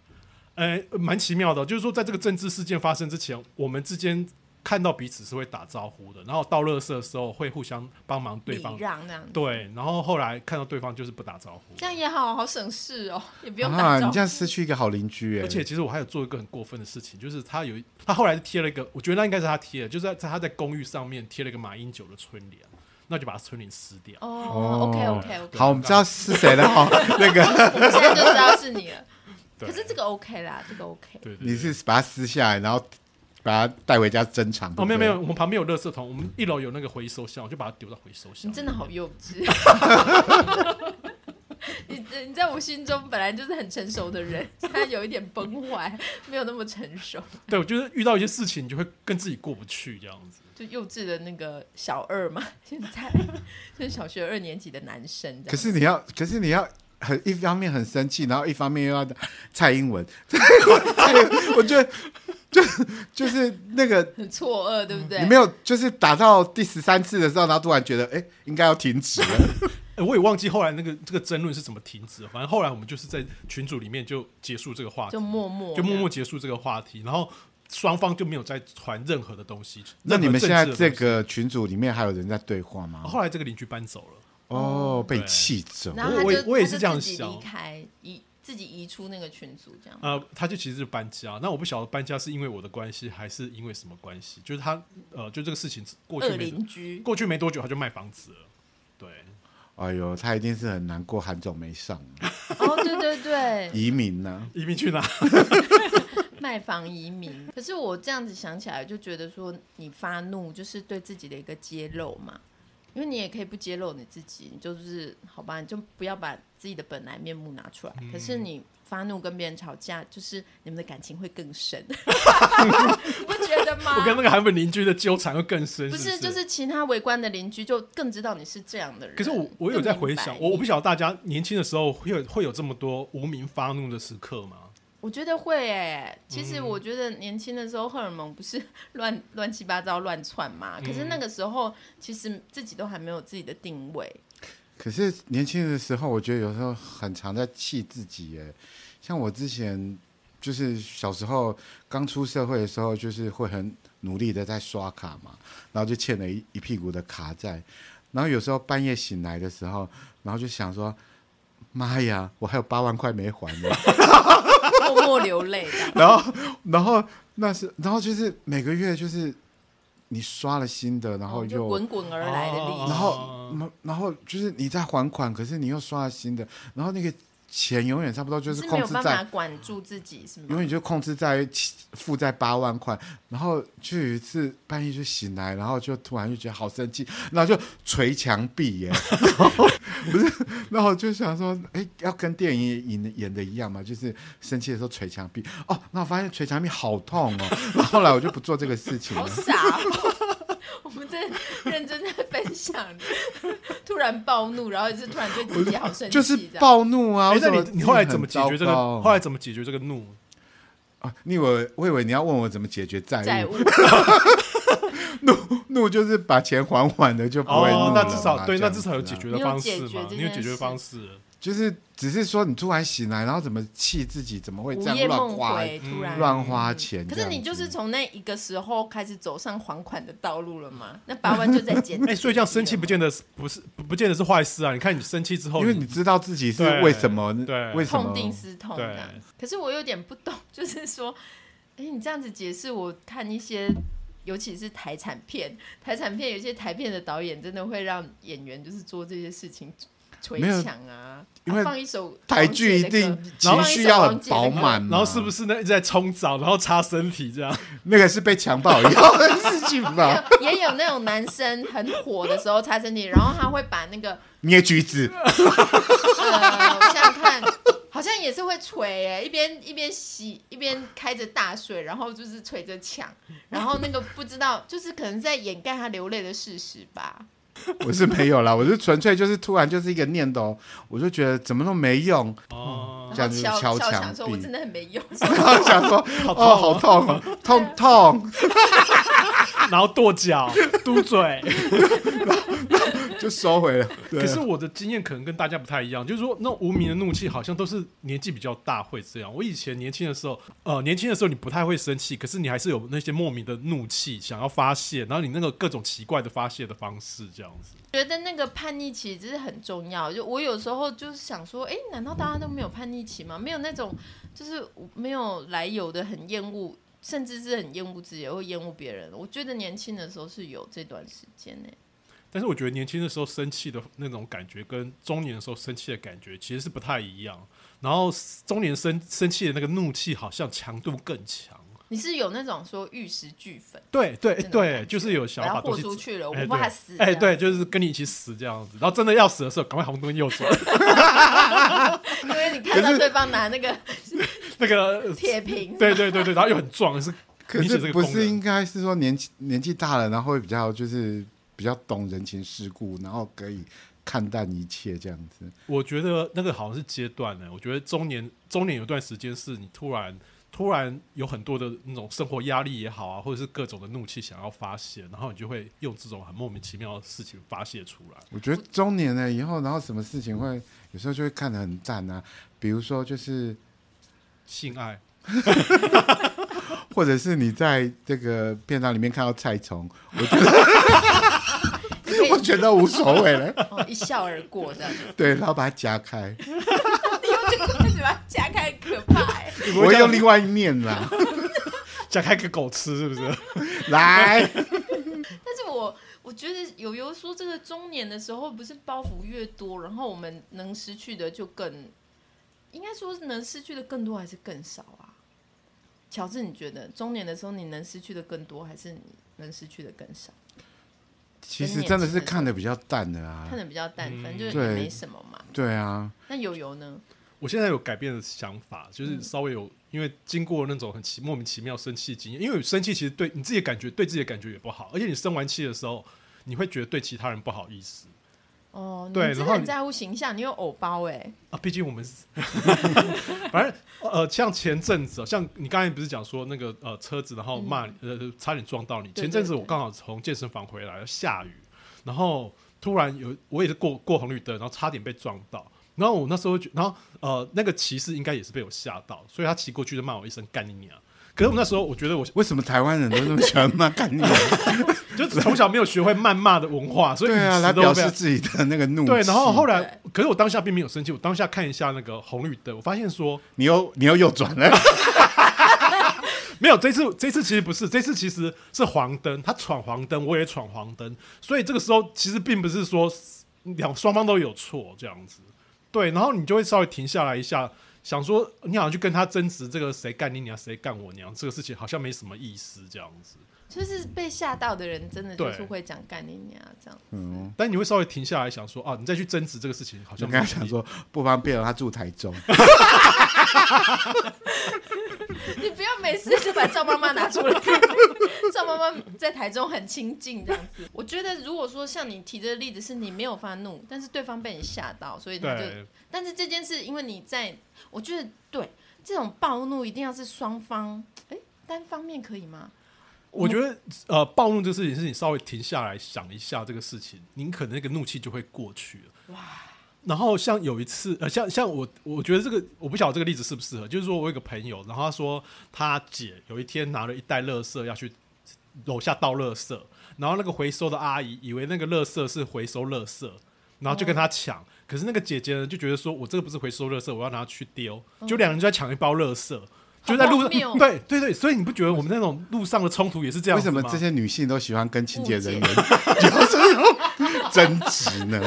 Speaker 2: 呃，蛮奇妙的，就是说，在这个政治事件发生之前，我们之间看到彼此是会打招呼的，然后到垃圾的时候会互相帮忙对
Speaker 1: 礼
Speaker 2: 方。
Speaker 1: 让那样子，
Speaker 2: 对，然后后来看到对方就是不打招呼，
Speaker 1: 这样也好好省事哦，也不用
Speaker 3: 啊，
Speaker 1: 打
Speaker 3: 你
Speaker 1: 招
Speaker 3: 这
Speaker 1: 呼。
Speaker 3: 样失去一个好邻居、哎，
Speaker 2: 而且其实我还有做一个很过分的事情，就是他有一他后来贴了一个，我觉得那应该是他贴的，就是在在他在公寓上面贴了一个马英九的春联，那就把春联撕掉。
Speaker 1: 哦，OK OK OK，
Speaker 3: 好，我们知道是谁 了哈。那个
Speaker 1: 我们现在就知道是你了。
Speaker 2: 对
Speaker 1: 可是这个 OK 啦，这个 OK。
Speaker 2: 对对对
Speaker 3: 你是把它撕下来，然后把它带回家珍藏。
Speaker 2: 哦，
Speaker 3: 对不
Speaker 2: 没有没
Speaker 3: 对
Speaker 2: 有，我们旁边有垃圾桶，我们一楼有那个回收箱，我就把它丢到回收箱。
Speaker 1: 你真的好幼 稚。你你在我心中本来就是很成熟的人， 现在有一点崩坏，没有那么成熟，
Speaker 2: 对，我觉得遇到一些事情，你就会跟自己过不去这样子。
Speaker 1: 就幼稚的那个小二嘛。 现在就是小学二年级的男生这样。
Speaker 3: 可是你要，可是你要很一方面很生气，然后一方面又要蔡英文， 蔡英文我觉得就就是那个
Speaker 1: 很错愕，对不对？
Speaker 3: 你没有，就是打到第十三次的时候，然后突然觉得哎、诶应该要停止 了。
Speaker 2: 哎，我也忘记后来那个这个争论是怎么停止的，反正后来我们就是在群组里面就结束这个话题
Speaker 1: 就，默默
Speaker 2: 就默默结束这个话题，然后双方就没有再传任何的东西。
Speaker 3: 那你们现在
Speaker 2: 任何政治的
Speaker 3: 这
Speaker 2: 东西哦
Speaker 3: 个群组里面还有人在对话吗？
Speaker 2: 后来这个邻居搬走了。
Speaker 3: 哦，被气走。
Speaker 1: 然后他就
Speaker 2: 我也我也
Speaker 1: 他
Speaker 2: 是
Speaker 1: 就
Speaker 2: 这样
Speaker 1: 自己
Speaker 2: 想
Speaker 1: 离开移自己移出那个群组这样。
Speaker 2: 呃，他就其实是搬家，那我不晓得搬家是因为我的关系还是因为什么关系，就是他呃，就这个事情过
Speaker 1: 二
Speaker 2: 去没
Speaker 1: 邻居
Speaker 2: 过去没多久他就卖房子了，对，
Speaker 3: 哎呦，他一定是很难过，韩总没上
Speaker 1: 哦，对对对，
Speaker 3: 移民啊呢、
Speaker 2: 移民去哪？
Speaker 1: 卖房移民。可是我这样子想起来，就觉得说你发怒就是对自己的一个揭露嘛。因为你也可以不揭露你自己，你就是好吧，你就不要把自己的本来面目拿出来。可
Speaker 2: 嗯
Speaker 1: 是你发怒跟别人吵架，就是你们的感情会更 深，你不觉得吗？
Speaker 2: 我跟那个韩粉邻居的纠缠会更深，
Speaker 1: 不
Speaker 2: 是
Speaker 1: 是，就是其他围观的邻居就更知道你是这样的人。
Speaker 2: 可是我我有在回想，
Speaker 1: 更明白
Speaker 2: 我我不晓得大家年轻的时候会有会有这么多无名发怒的时刻吗？
Speaker 1: 我觉得会诶、其实
Speaker 2: 嗯
Speaker 1: 我觉得年轻的时候荷尔蒙不是 乱乱七八糟乱窜嘛，可
Speaker 2: 嗯
Speaker 1: 是那个时候其实自己都还没有自己的定位，
Speaker 3: 可是年轻的时候，我觉得有时候很常在气自己耶。像我之前就是小时候刚出社会的时候，就是会很努力的在刷卡嘛，然后就欠了一一屁股的卡债。然后有时候半夜醒来的时候，然后就想说：“妈呀，我还有八万块没还呢。”
Speaker 1: 默默流泪的。
Speaker 3: 然后，然后那是，然后就是每个月就是你刷了新的，然后
Speaker 1: 哦就
Speaker 3: 又
Speaker 1: 滚滚而来的利益，
Speaker 2: 哦
Speaker 3: 然后
Speaker 2: 哦，
Speaker 3: 然然后就是你在还款，可是你又刷了新的，然后那个钱永远差不多就是
Speaker 1: 是没
Speaker 3: 控
Speaker 1: 有
Speaker 3: 制
Speaker 1: 办法
Speaker 3: 在，
Speaker 1: 管住自己，是
Speaker 3: 永
Speaker 1: 吗？
Speaker 3: 远就控制在七负债八万块。然后就有一次半夜就醒来，然后就突然就觉得好生气，然后就捶墙壁耶， 然后不是，然后我就想说，哎，要跟电影演演的一样嘛，就是生气的时候捶墙壁。哦，那我发现捶墙壁好痛哦， 然后后来我就不做这个事情
Speaker 1: 好
Speaker 3: 了。
Speaker 1: 傻、哦。 我们在认真在分享，突然暴怒，然后就是突然对自己好生气，
Speaker 3: 就是
Speaker 1: 这样。
Speaker 3: 暴怒啊！
Speaker 2: 哎
Speaker 3: 为
Speaker 2: 那
Speaker 3: 什么
Speaker 2: 你你后来
Speaker 3: 自己
Speaker 2: 怎么
Speaker 3: 很
Speaker 2: 解决这个？
Speaker 3: 糟糕
Speaker 2: 后来怎么解决这个怒？
Speaker 3: 啊，你以为我以为你要问我怎么解决债务，
Speaker 1: 债 务，
Speaker 3: 怒就是把钱还完了就不会怒了
Speaker 2: 哦
Speaker 3: 嘛、，
Speaker 2: 那至少对，
Speaker 3: 这
Speaker 2: 那
Speaker 3: 样子
Speaker 2: 至
Speaker 3: 啊
Speaker 2: 少有解决的
Speaker 1: 你有
Speaker 2: 方
Speaker 1: 解
Speaker 2: 式
Speaker 1: 决
Speaker 2: 嘛？
Speaker 1: 这
Speaker 2: 你有
Speaker 1: 件
Speaker 2: 解决
Speaker 1: 事
Speaker 2: 方式了，。
Speaker 3: 就是只是说你突然醒来，然后怎么气自己，怎么会这
Speaker 1: 午
Speaker 3: 样
Speaker 1: 夜
Speaker 3: 乱
Speaker 1: 梦
Speaker 3: 花
Speaker 1: 回，突然
Speaker 3: 乱花钱
Speaker 1: 可
Speaker 3: 这样子？
Speaker 1: 是你就是从那一个时候开始走上还款的道路了嘛？那八万就在 减
Speaker 2: 哎，所以这样生气不见得是不是不不见得是坏事啊！你看你生气之后，
Speaker 3: 因为你知道自己是
Speaker 2: 对
Speaker 3: 为什么，
Speaker 2: 对
Speaker 3: 为什
Speaker 1: 痛
Speaker 3: 么
Speaker 1: 定思痛
Speaker 2: 对
Speaker 1: 这样。可是我有点不懂，就是说，哎、你这样子解释，我看一些，尤其是台产片，台产片有些台片的导演真的会让演员就是做这些事情，捶
Speaker 3: 没有
Speaker 1: 墙啊，
Speaker 3: 因
Speaker 1: 啊
Speaker 3: 为
Speaker 1: 放一首
Speaker 3: 台剧一定情绪要很饱满嘛，
Speaker 2: 然后是不是那一直在冲澡，然后擦身体这样？
Speaker 3: 那个是被强暴以后的事情
Speaker 1: 王
Speaker 3: 吧？
Speaker 1: 杰的歌。 也有那种男生很火的时候擦身体，然后他会把那个
Speaker 3: 捏橘子，
Speaker 1: 呃，我想想看，好像也是会捶哎、一边一边洗一边开着大水，然后就是捶着墙，然后那个不知道，就是可能在掩盖他流泪的事实吧。
Speaker 3: 我是没有啦，我是纯粹就是突然就是一个念头，我就觉得怎么都没用，
Speaker 2: 哦，
Speaker 3: 这
Speaker 1: 然
Speaker 3: 样子
Speaker 1: 后
Speaker 3: 就
Speaker 1: 敲
Speaker 3: 敲墙
Speaker 1: 墙说：“我
Speaker 3: 壁
Speaker 1: 真的很没 用。
Speaker 3: 然后想说
Speaker 2: 啊
Speaker 3: 哦好痛哦，痛痛。
Speaker 2: 然后跺脚、嘟嘴。
Speaker 3: 就收回了。对啊
Speaker 2: 可是我的经验可能跟大家不太一样，就是说那种无名的怒气好像都是年纪比较大会这样。我以前年轻的时候，呃，年轻的时候你不太会生气，可是你还是有那些莫名的怒气想要发泄，然后你那个各种奇怪的发泄的方式这样子。”
Speaker 1: 觉得那个叛逆期真是很重要。就我有时候就是想说，哎、难道大家都没有叛逆期吗？没有那种就是没有来由的很厌恶，甚至是很厌恶自己或厌恶别人。我觉得年轻的时候是有这段时间欸呢、
Speaker 2: 但是我觉得年轻的时候生气的那种感觉，跟中年的时候生气的感觉其实是不太一样。然后中年生生气的那个怒气好像强度更强。
Speaker 1: 你是有那种说玉石俱焚，
Speaker 2: 对对
Speaker 1: 那种感
Speaker 2: 哎对，
Speaker 1: 觉
Speaker 2: 就是有想
Speaker 1: 我
Speaker 2: 要
Speaker 1: 要
Speaker 2: 把东
Speaker 1: 豁
Speaker 2: 西
Speaker 1: 出去了，
Speaker 2: 哎
Speaker 1: 我怕
Speaker 2: 对
Speaker 1: 死。
Speaker 2: 哎、对，就是跟你一起死这样子，然后真的要死的时候，赶快红灯 右转，
Speaker 1: 因为你看到对方拿那个
Speaker 2: 那 个，
Speaker 1: 铁瓶，
Speaker 2: 对对对对，然后又很壮，是
Speaker 3: 可
Speaker 2: 明显
Speaker 3: 是
Speaker 2: 这个
Speaker 3: 不
Speaker 2: 功
Speaker 3: 是
Speaker 2: 能
Speaker 3: 应该是说年纪年纪大了，然后会比较就是比较懂人情世故，然后可以看淡一切这样子。
Speaker 2: 我觉得那个好像是阶段欸呢、我觉得中年中年有段时间是你突然突然有很多的那种生活压力也好啊，或者是各种的怒气想要发泄，然后你就会用这种很莫名其妙的事情发泄出来。
Speaker 3: 我觉得中年了以后，然后什么事情会有时候就会看得很淡啊，比如说就是
Speaker 2: 性爱，
Speaker 3: 或者是你在这个便当里面看到菜虫，
Speaker 1: 你可以
Speaker 3: 我觉得无所谓了，
Speaker 1: 哦一笑而过这样 子，
Speaker 3: 对，然后把它夹开，
Speaker 1: 你用这个嘴巴夹开，很可怕哎、
Speaker 3: 我会用另外一面啦，
Speaker 2: 想开给狗吃是不是？
Speaker 3: 来，
Speaker 1: 但是我我觉得有有说这个中年的时候，不是包袱越多，然后我们能失去的就更，应该说能失去的更多还是更少啊？乔治，你觉得中年的时候你能失去的更多，还是你能失去的更少？
Speaker 3: 其实真的是看的比较淡的啊
Speaker 1: 看。的比较淡，反正就是也
Speaker 3: 对
Speaker 1: 没什么嘛。
Speaker 3: 对啊，
Speaker 1: 那友友呢？
Speaker 2: 我现在有改变的想法，就是稍微有，因为经过那种很奇莫名其妙生气经验，因为生气其实对你自己的感觉，对自己的感觉也不好，而且你生完气的时候，你会觉得对其他人不好意思
Speaker 1: 哦，你
Speaker 2: 对
Speaker 1: 真
Speaker 2: 然
Speaker 1: 的
Speaker 2: 后
Speaker 1: 很
Speaker 2: 你
Speaker 1: 在乎形象，你有偶包哎、
Speaker 2: 啊。毕竟我们是， 反正呃，像前阵子哦，像你刚才不是讲说那个呃车子，然后骂你、呃差点撞到你。
Speaker 1: 嗯对
Speaker 2: 前阵子
Speaker 1: 对
Speaker 2: 我刚好从健身房回来，下雨，然后突然有我也是过过红绿灯，然后差点被撞到。然后我那时候就，然后呃，那个骑士应该也是被我吓到，所以他骑过去就骂我一声“干你娘”。可是我那时候我觉得我
Speaker 3: 为什么台湾人都那么喜欢骂 干你？
Speaker 2: 就从小没有学会谩骂的文 化，所以
Speaker 3: 对啊，
Speaker 2: 语
Speaker 3: 来
Speaker 2: 词都
Speaker 3: 表
Speaker 2: 被
Speaker 3: 示自己的那个怒气。
Speaker 2: 对。然后后来
Speaker 1: 对，
Speaker 2: 可是我当下并没有生气，我当下看一下那个红绿灯，我发现说
Speaker 3: 你又你又右转 了，
Speaker 2: 没有，这次这次其实不是，这次其实是黄灯，他闯黄灯，我也闯黄灯，所以这个时候其实并不是说两双方都有错这样子，对，然后你就会稍微停下来一下，想说你好像去跟他争执这个谁干你娘，谁干我娘这个事情好像没什么意思这样子，
Speaker 1: 就是被吓到的人，真的就是
Speaker 2: 对
Speaker 1: 会讲干你娘这样。
Speaker 2: 但你会稍微停下来想说啊，你再去争执这个事情好
Speaker 3: 就
Speaker 2: 像
Speaker 3: 跟
Speaker 2: 没有
Speaker 3: 他
Speaker 2: 意义
Speaker 3: 讲说不方便了，他住台中。
Speaker 1: 你不要每次就把赵妈妈拿出来，赵妈妈在台中很亲近这样子。我觉得如果说像你提的例子是你没有发怒，但是对方被你吓到，所以他就
Speaker 2: 对
Speaker 1: 但是这件事，因为你在，我觉得对这种暴怒一定要是双方，哎，单方面可以吗？
Speaker 2: 我觉得呃，暴怒这个事情是你稍微停下来想一下这个事情，您可能那个怒气就会过去了。哇！然后像有一次，呃，像像我，我觉得这个我不晓得这个例子适不适合，就是说我有一个朋友，然后他说他姐有一天拿了一袋垃圾要去楼下倒垃圾，然后那个回收的阿姨以为那个垃圾是回收垃圾，然后就跟他抢。可是那个姐姐呢，就觉得说我这个不是回收垃圾，我要拿去丢，就两人就在抢一包垃圾，就在
Speaker 1: 嗯
Speaker 2: 路
Speaker 1: 好荒谬哦
Speaker 2: 上。对对对，所以你不觉得我们那种路上的冲突也 是这样
Speaker 3: 为
Speaker 2: 子
Speaker 3: 什
Speaker 2: 吗？
Speaker 3: 么这些女性都喜欢跟清洁人员
Speaker 1: 误
Speaker 3: 有这种争执呢？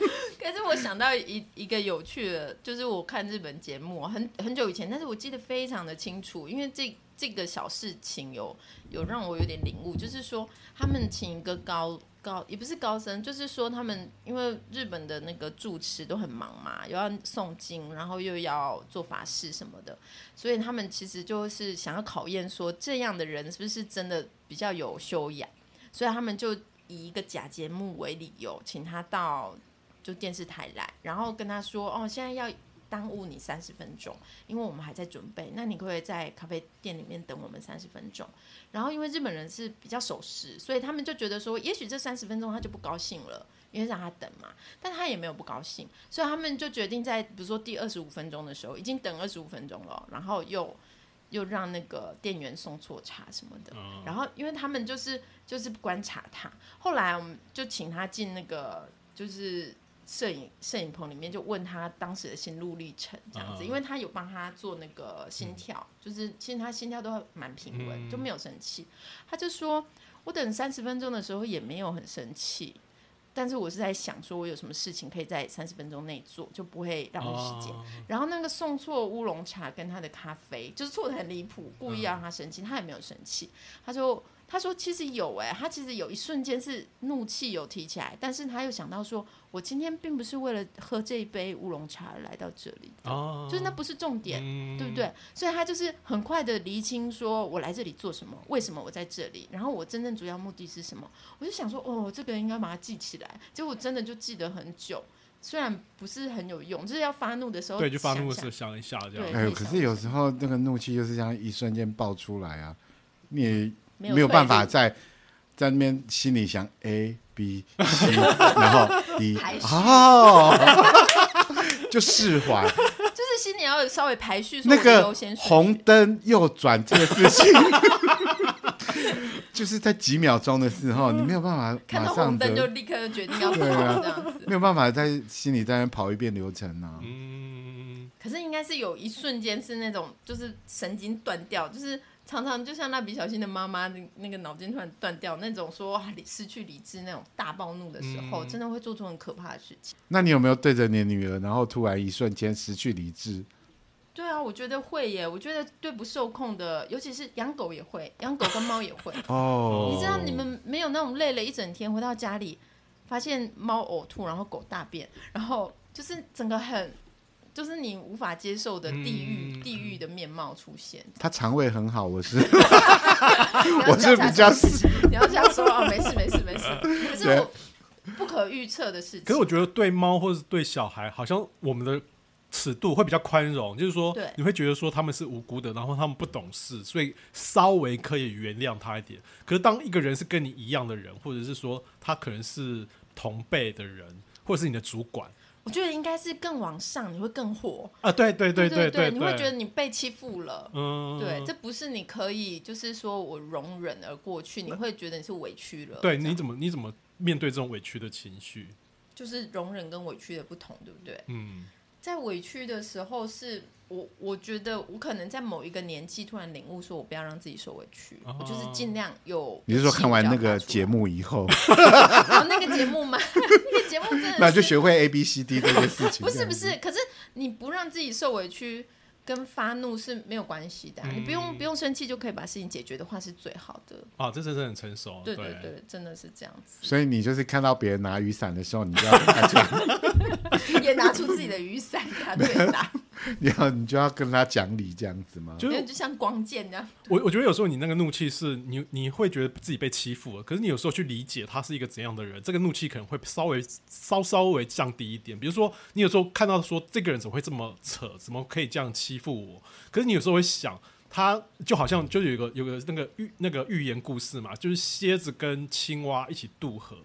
Speaker 1: 可是我想到一一个有趣的，就是我看日本节目很很久以前，但是我记得非常的清楚，因为这这个小事情有有让我有点领悟，就是说他们请一个高高也不是高僧，就是说他们因为日本的那个住持都很忙嘛，又要诵经，然后又要做法事什么的，所以他们其实就是想要考验说这样的人是不是真的比较有修养，所以他们就以一个假节目为理由，请他到就电视台来，然后跟他说：“哦，现在要耽误你三十分钟，因为我们还在准备。那你可不可以在咖啡店里面等我们三十分钟？”然后因为日本人是比较守时，所以他们就觉得说，也许这三十分钟他就不高兴了。因为让他等嘛，但他也没有不高兴，所以他们就决定在比如说第二十五分钟的时候，已经等二十五分钟了，然后又又让那个店员送错茶什么的，然后因为他们就是就是观察他，后来我们就请他进那个就是摄影摄影棚里面，就问他当时的心路历程这样子，
Speaker 2: 嗯
Speaker 1: 因为他有帮他做那个心跳，就是其实他心跳都蛮平稳，
Speaker 2: 嗯
Speaker 1: 就没有生气。他就说我等三十分钟的时候也没有很生气。但是我是在想，说我有什么事情可以在三十分钟内做，就不会浪费时间。
Speaker 2: 哦
Speaker 1: 然后那个送错乌龙茶跟他的咖啡，就是错的很离谱，故意让他生气，他也没有生气。他说：“他说其实有哎、他其实有一瞬间是怒气有提起来，但是他又想到说，我今天并不是为了喝这一杯乌龙茶而来到这里，
Speaker 2: 哦
Speaker 1: 就是那不是重点。
Speaker 2: 嗯
Speaker 1: 对不对？所以他就是很快的厘清，说我来这里做什么，为什么我在这里，然后我真正主要目的是什么。我就想说，哦，这个应该把它记起来。结果真的就记得很久，虽然不是很有用，就是要发怒的时候
Speaker 2: 对，就发怒的时
Speaker 1: 想想
Speaker 2: 候想一下这
Speaker 1: 对
Speaker 2: 样。
Speaker 3: 哎呦，可是有时候那个怒气就是这样一瞬间爆出来啊，你也
Speaker 1: 没有
Speaker 3: 没有
Speaker 1: 退
Speaker 3: 办法
Speaker 1: 路
Speaker 3: 在在那边心里想 A B C，然后 D
Speaker 1: 排序
Speaker 3: 哦， 就释怀。
Speaker 1: 就是心里要有稍微排序，说
Speaker 3: 那
Speaker 1: 我的
Speaker 3: 个
Speaker 1: 优先顺序
Speaker 3: 红灯右转这个 事情，就是在几秒钟的时候，你没有办法
Speaker 1: 嗯看
Speaker 3: 马
Speaker 1: 到
Speaker 3: 上
Speaker 1: 红灯就
Speaker 3: 的，
Speaker 1: 立刻决定要跑
Speaker 3: 对啊
Speaker 1: 这样子。
Speaker 3: 没有办法在心里在那边跑一遍流程啊。
Speaker 2: 嗯，
Speaker 1: 可是应该是有一瞬间是那种，就是神经断掉，就是常常就像蜡笔小新的妈妈那那个脑筋突然断掉那种说，哇理失去理智那种大暴怒的时候，
Speaker 2: 嗯
Speaker 1: 真的会做出很可怕的事情。
Speaker 3: 那你有没有对着你的女儿，然后突然一瞬间失去理智？
Speaker 1: 对啊，我觉得会耶，我觉得对不受控的，尤其是养狗也会，养狗跟猫也 会。
Speaker 3: 哦，
Speaker 1: 你知道你们没有那种累了一整天回到家里，发现猫呕吐，然后狗大便，然后就是整个很，就是你无法接受的地狱、
Speaker 2: 嗯
Speaker 1: 地狱的面貌出现。
Speaker 3: 他肠胃很 好，我是
Speaker 1: 我
Speaker 3: 我是比较
Speaker 1: 你要这样说啊，没事没事没 事，可是我不可预测的事情。
Speaker 2: 可是我觉得对猫或者是对小孩，好像我们的尺度会比较宽容，就是说
Speaker 1: 对
Speaker 2: 你会觉得说他们是无辜的，然后他们不懂事，所以稍微可以原谅他一点。可是当一个人是跟你一样的人，或者是说他可能是同辈的人，或者是你的主管
Speaker 1: 我觉得应该是更往上，你会更火。
Speaker 2: 啊，对对对
Speaker 1: 对
Speaker 2: 对，
Speaker 1: 你会觉得你被欺负了。
Speaker 2: 嗯，
Speaker 1: 对，这不是你可以，就是说我容忍而过去，你会觉得你是委屈了。
Speaker 2: 对，
Speaker 1: 这样
Speaker 2: 你怎么你怎么面对这种委屈的情绪？
Speaker 1: 就是容忍跟委屈的不同，对不对？
Speaker 2: 嗯
Speaker 1: 在委屈的时候是，我我觉得我可能在某一个年纪突然领悟，说我不要让自己受委屈，
Speaker 2: 哦
Speaker 1: 我就是尽量有。
Speaker 3: 你是说看完那个节
Speaker 1: 目？
Speaker 3: 目以后，
Speaker 1: 哦，那个节目吗？ 那个节目真的是
Speaker 3: 那就学会 A B C D 这件事 情？
Speaker 1: 不是不
Speaker 3: 这样
Speaker 1: 是，可是你不让自己受委屈跟发怒是没有关系的啊、你不用
Speaker 2: 嗯
Speaker 1: 不用生气就可以把事情解决的话是最好的。
Speaker 2: 啊，这真是很成熟，
Speaker 1: 对
Speaker 2: 对
Speaker 1: 对，对，真的是这样子，
Speaker 3: 子，所以你就是看到别人拿雨伞的时候，你就要 跟他讲，
Speaker 1: 也拿出自己的雨伞给他对打，
Speaker 3: 你要你就要跟他讲理这样子吗？
Speaker 2: 就
Speaker 1: 因
Speaker 2: 是
Speaker 1: 为就像光剑那样。
Speaker 2: 我我觉得有时候你那个怒气是你你会觉得自己被欺负了，可是你有时候去理解他是一个怎样的人，这个怒气可能会稍微稍稍微降低一点。比如说，你有时候看到说这个人怎么会这么扯，怎么可以这样欺负我？可是你有时候会想，他就好像就有一个有个那个寓那个寓言故事嘛，就是蝎子跟青蛙一起渡河，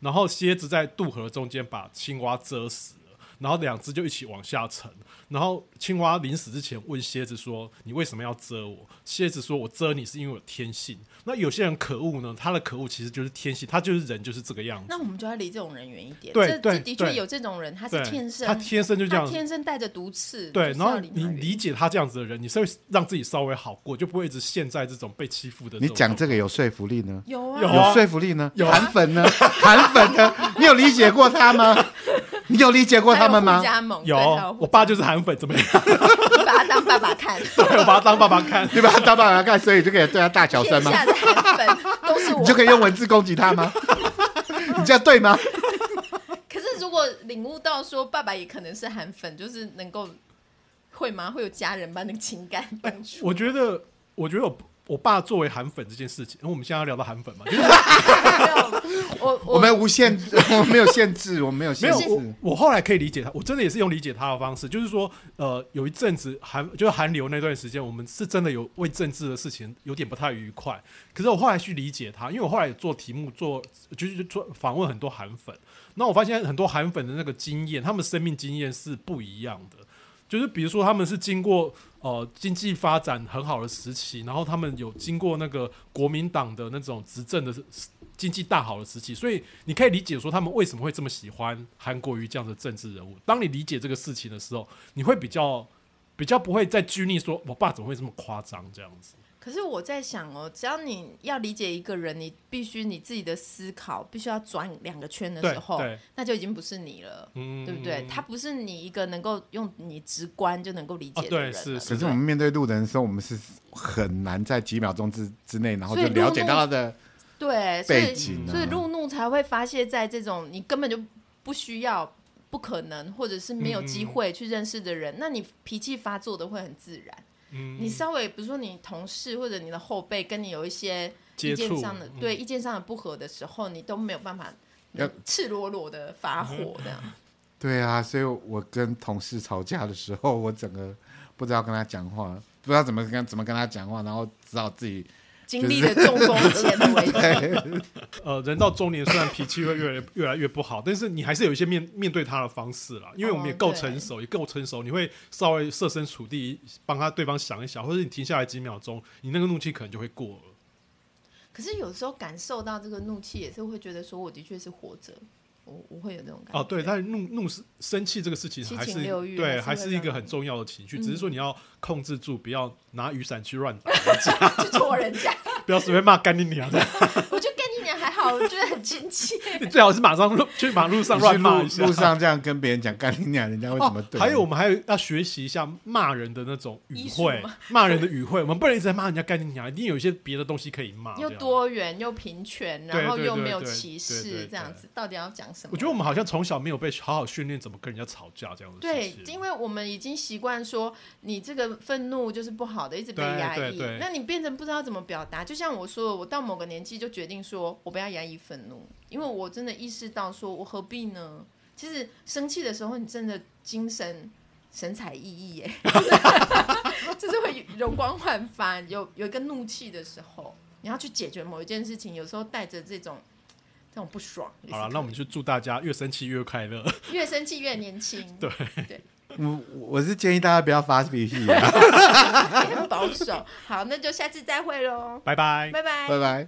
Speaker 2: 然后蝎子在渡河中间把青蛙蛰死了，然后两只就一起往下沉。然后青蛙临死之前问蝎子说：“你为什么要蛰我？”蝎子说：“我蛰你是因为我天性。”那有些人可恶呢，他的可恶其实就是天性，他就是人就是这个样子。
Speaker 1: 那我们就要离这种人远一点。
Speaker 2: 对
Speaker 1: 这
Speaker 2: 对
Speaker 1: 这的
Speaker 2: 对
Speaker 1: 确有这种人，他是
Speaker 2: 对
Speaker 1: 天生，
Speaker 2: 他天生就
Speaker 1: 他
Speaker 2: 这样。
Speaker 1: 天生带着毒刺。
Speaker 2: 对，
Speaker 1: 就是
Speaker 2: 然后
Speaker 1: 要离他
Speaker 2: 你
Speaker 1: 远一
Speaker 2: 理
Speaker 1: 点
Speaker 2: 解他这样子的人，你是会让自己稍微好过，就不会一直陷在这种被欺负的。
Speaker 3: 你讲这个，有说服力呢？
Speaker 1: 有啊
Speaker 2: 有啊
Speaker 3: 有说服力呢？
Speaker 2: 有啊
Speaker 3: 韩粉呢？ 韩粉呢？你有理解过 他吗？你有理解过他们吗？
Speaker 1: 加盟
Speaker 2: 有，我爸就是韩粉，怎么 样？
Speaker 1: 你把他当爸爸 看，
Speaker 2: 我把他当爸爸看。
Speaker 3: 你把他当爸爸看，所以你就可以对他大小声
Speaker 1: 天
Speaker 3: 吗？
Speaker 1: 下的韩粉都是我。
Speaker 3: 你就可以用文字攻击 他吗？你这样对吗？
Speaker 1: 可是如果领悟到说爸爸也可能是韩粉，就是能够会吗？会有家人般的情感帮助？
Speaker 2: 我觉得，我觉得我我爸作为韩粉这件事情，因为我们现在要聊到韩粉嘛，就是
Speaker 1: 我
Speaker 3: 我们无限，我们没有限制，我们没有
Speaker 2: 没
Speaker 3: 限
Speaker 2: 有，
Speaker 3: 制。
Speaker 2: 我我后来可以理解他，我真的也是用理解他的方式，就是说，呃，有一阵子韩就是韩流那段时间，我们是真的有为政治的事情有点不太愉快。可是我后来去理解他，因为我后来有做题目做就是做访问很多韩粉，那我发现很多韩粉的那个经验，他们生命经验是不一样的。就是比如说，他们是经过呃经济发展很好的时期，然后他们有经过那个国民党的那种执政的经济大好的时期，所以你可以理解说他们为什么会这么喜欢韩国瑜这样的政治人物。当你理解这个事情的时候，你会比较比较不会再拘泥说，我爸怎么会这么夸张这样子？
Speaker 1: 可是我在想哦，只要你要理解一个人，你必须你自己的思考必须要转两个圈的
Speaker 2: 对
Speaker 1: 时候
Speaker 2: 对，
Speaker 1: 那就已经不是你了，
Speaker 2: 嗯
Speaker 1: 对不对？他不是你一个能够用你直观就能够理解
Speaker 2: 哦
Speaker 1: 的
Speaker 2: 对
Speaker 1: 人了、
Speaker 2: 是是
Speaker 3: 可是我们面对路人的时候，我们是很难在几秒钟之之内，然后就
Speaker 1: 所以路
Speaker 3: 了解到他的
Speaker 1: 对，所
Speaker 3: 背
Speaker 1: 以
Speaker 3: 景、啊
Speaker 1: 所以路怒才会发泄在这种你根本就不需要、不可能或者是没有机会去认识的人，那你脾气发作的会很自然。
Speaker 2: 嗯
Speaker 1: 你稍微比如说你同事或者你的后辈跟你有一些意
Speaker 2: 接
Speaker 1: 见
Speaker 2: 触
Speaker 1: 上的
Speaker 2: 嗯
Speaker 1: 对意见上的不合的时候，你都没有办法
Speaker 3: 要
Speaker 1: 赤裸裸的发火这样。
Speaker 3: 对啊，所以我跟同事吵架的时候，我整个不知道跟他讲话，不知道怎么跟怎么跟他讲话，然后只好自己
Speaker 1: 经历了中风前的危
Speaker 3: 嗯
Speaker 1: 机，
Speaker 2: 呃，人到中年虽然脾气会越来越来越不好，但是你还是有一些面面对他的方式啦，因为我们也
Speaker 1: 哦
Speaker 2: 够
Speaker 1: 对
Speaker 2: 成熟，也够成熟，你会稍微设身处地帮他对方想一想，或者你停下来几秒钟，你那个怒气可能就会过了。
Speaker 1: 可是有时候感受到这个怒气，也是会觉得说我的确是活着，我我会有那种感觉。
Speaker 2: 哦， 对，但是怒怒是生气这个事情
Speaker 1: 七
Speaker 2: 还是
Speaker 1: 情六欲
Speaker 2: 对，
Speaker 1: 还
Speaker 2: 还
Speaker 1: 是会嗯
Speaker 2: 是一个
Speaker 1: 让
Speaker 2: 很重要的情绪，只是说你要控制住，不要拿雨伞去乱打，
Speaker 1: 去戳人家，
Speaker 2: 不要随便骂干你娘的。
Speaker 1: 我觉得跟你娘还好
Speaker 4: 好，我觉得很亲切。
Speaker 2: 你最好是马上路去马路上
Speaker 3: 你
Speaker 2: 乱
Speaker 3: 去
Speaker 2: 骂
Speaker 3: 路
Speaker 2: 一下。
Speaker 3: 路上这样跟别人讲干你娘，人家会怎么
Speaker 2: 哦，
Speaker 3: 对你？
Speaker 2: 还有我们还有要学习一下骂人的那种语
Speaker 4: 艺术
Speaker 2: 汇
Speaker 4: 吗，
Speaker 2: 骂人的语汇，我们不能一直在骂人家干你娘，一定有一些别的东西可以骂。
Speaker 4: 又
Speaker 2: 这样，
Speaker 4: 多元又平权，
Speaker 2: 对
Speaker 4: 然后
Speaker 2: 对
Speaker 4: 又
Speaker 2: 对
Speaker 4: 没有
Speaker 2: 对
Speaker 4: 歧
Speaker 2: 对对
Speaker 4: 视，
Speaker 2: 对
Speaker 4: 这样子到底要讲什么？
Speaker 2: 我觉得我们好像从小没有被好好训练怎么跟人家吵架这样的
Speaker 1: 对
Speaker 2: 事，情。
Speaker 1: 因为我们已经习惯说你这个愤怒就是不好的，一直被
Speaker 2: 对
Speaker 1: 压
Speaker 2: 对
Speaker 1: 抑
Speaker 2: 对，
Speaker 1: 那你变成不知道怎么表达。就像我说的，我到某个年纪就决定说我不要压抑愤怒，因为我真的意识到说我何必呢？其实生气的时候，你真的精神神采奕奕耶， 就是会容光焕发。有有一个怒气的时候，你要去解决某一件事情，有时候带着这种这种不爽。也是
Speaker 2: 好了，
Speaker 1: 可
Speaker 2: 那我
Speaker 1: 以
Speaker 2: 们就祝大家越生气越快乐。
Speaker 1: 越生气越年轻，对，
Speaker 3: 我我是建议大家不要发脾气啊，
Speaker 1: 很保守。好，那就下次再会喽。
Speaker 2: 拜拜。
Speaker 1: 拜拜
Speaker 3: 拜。拜。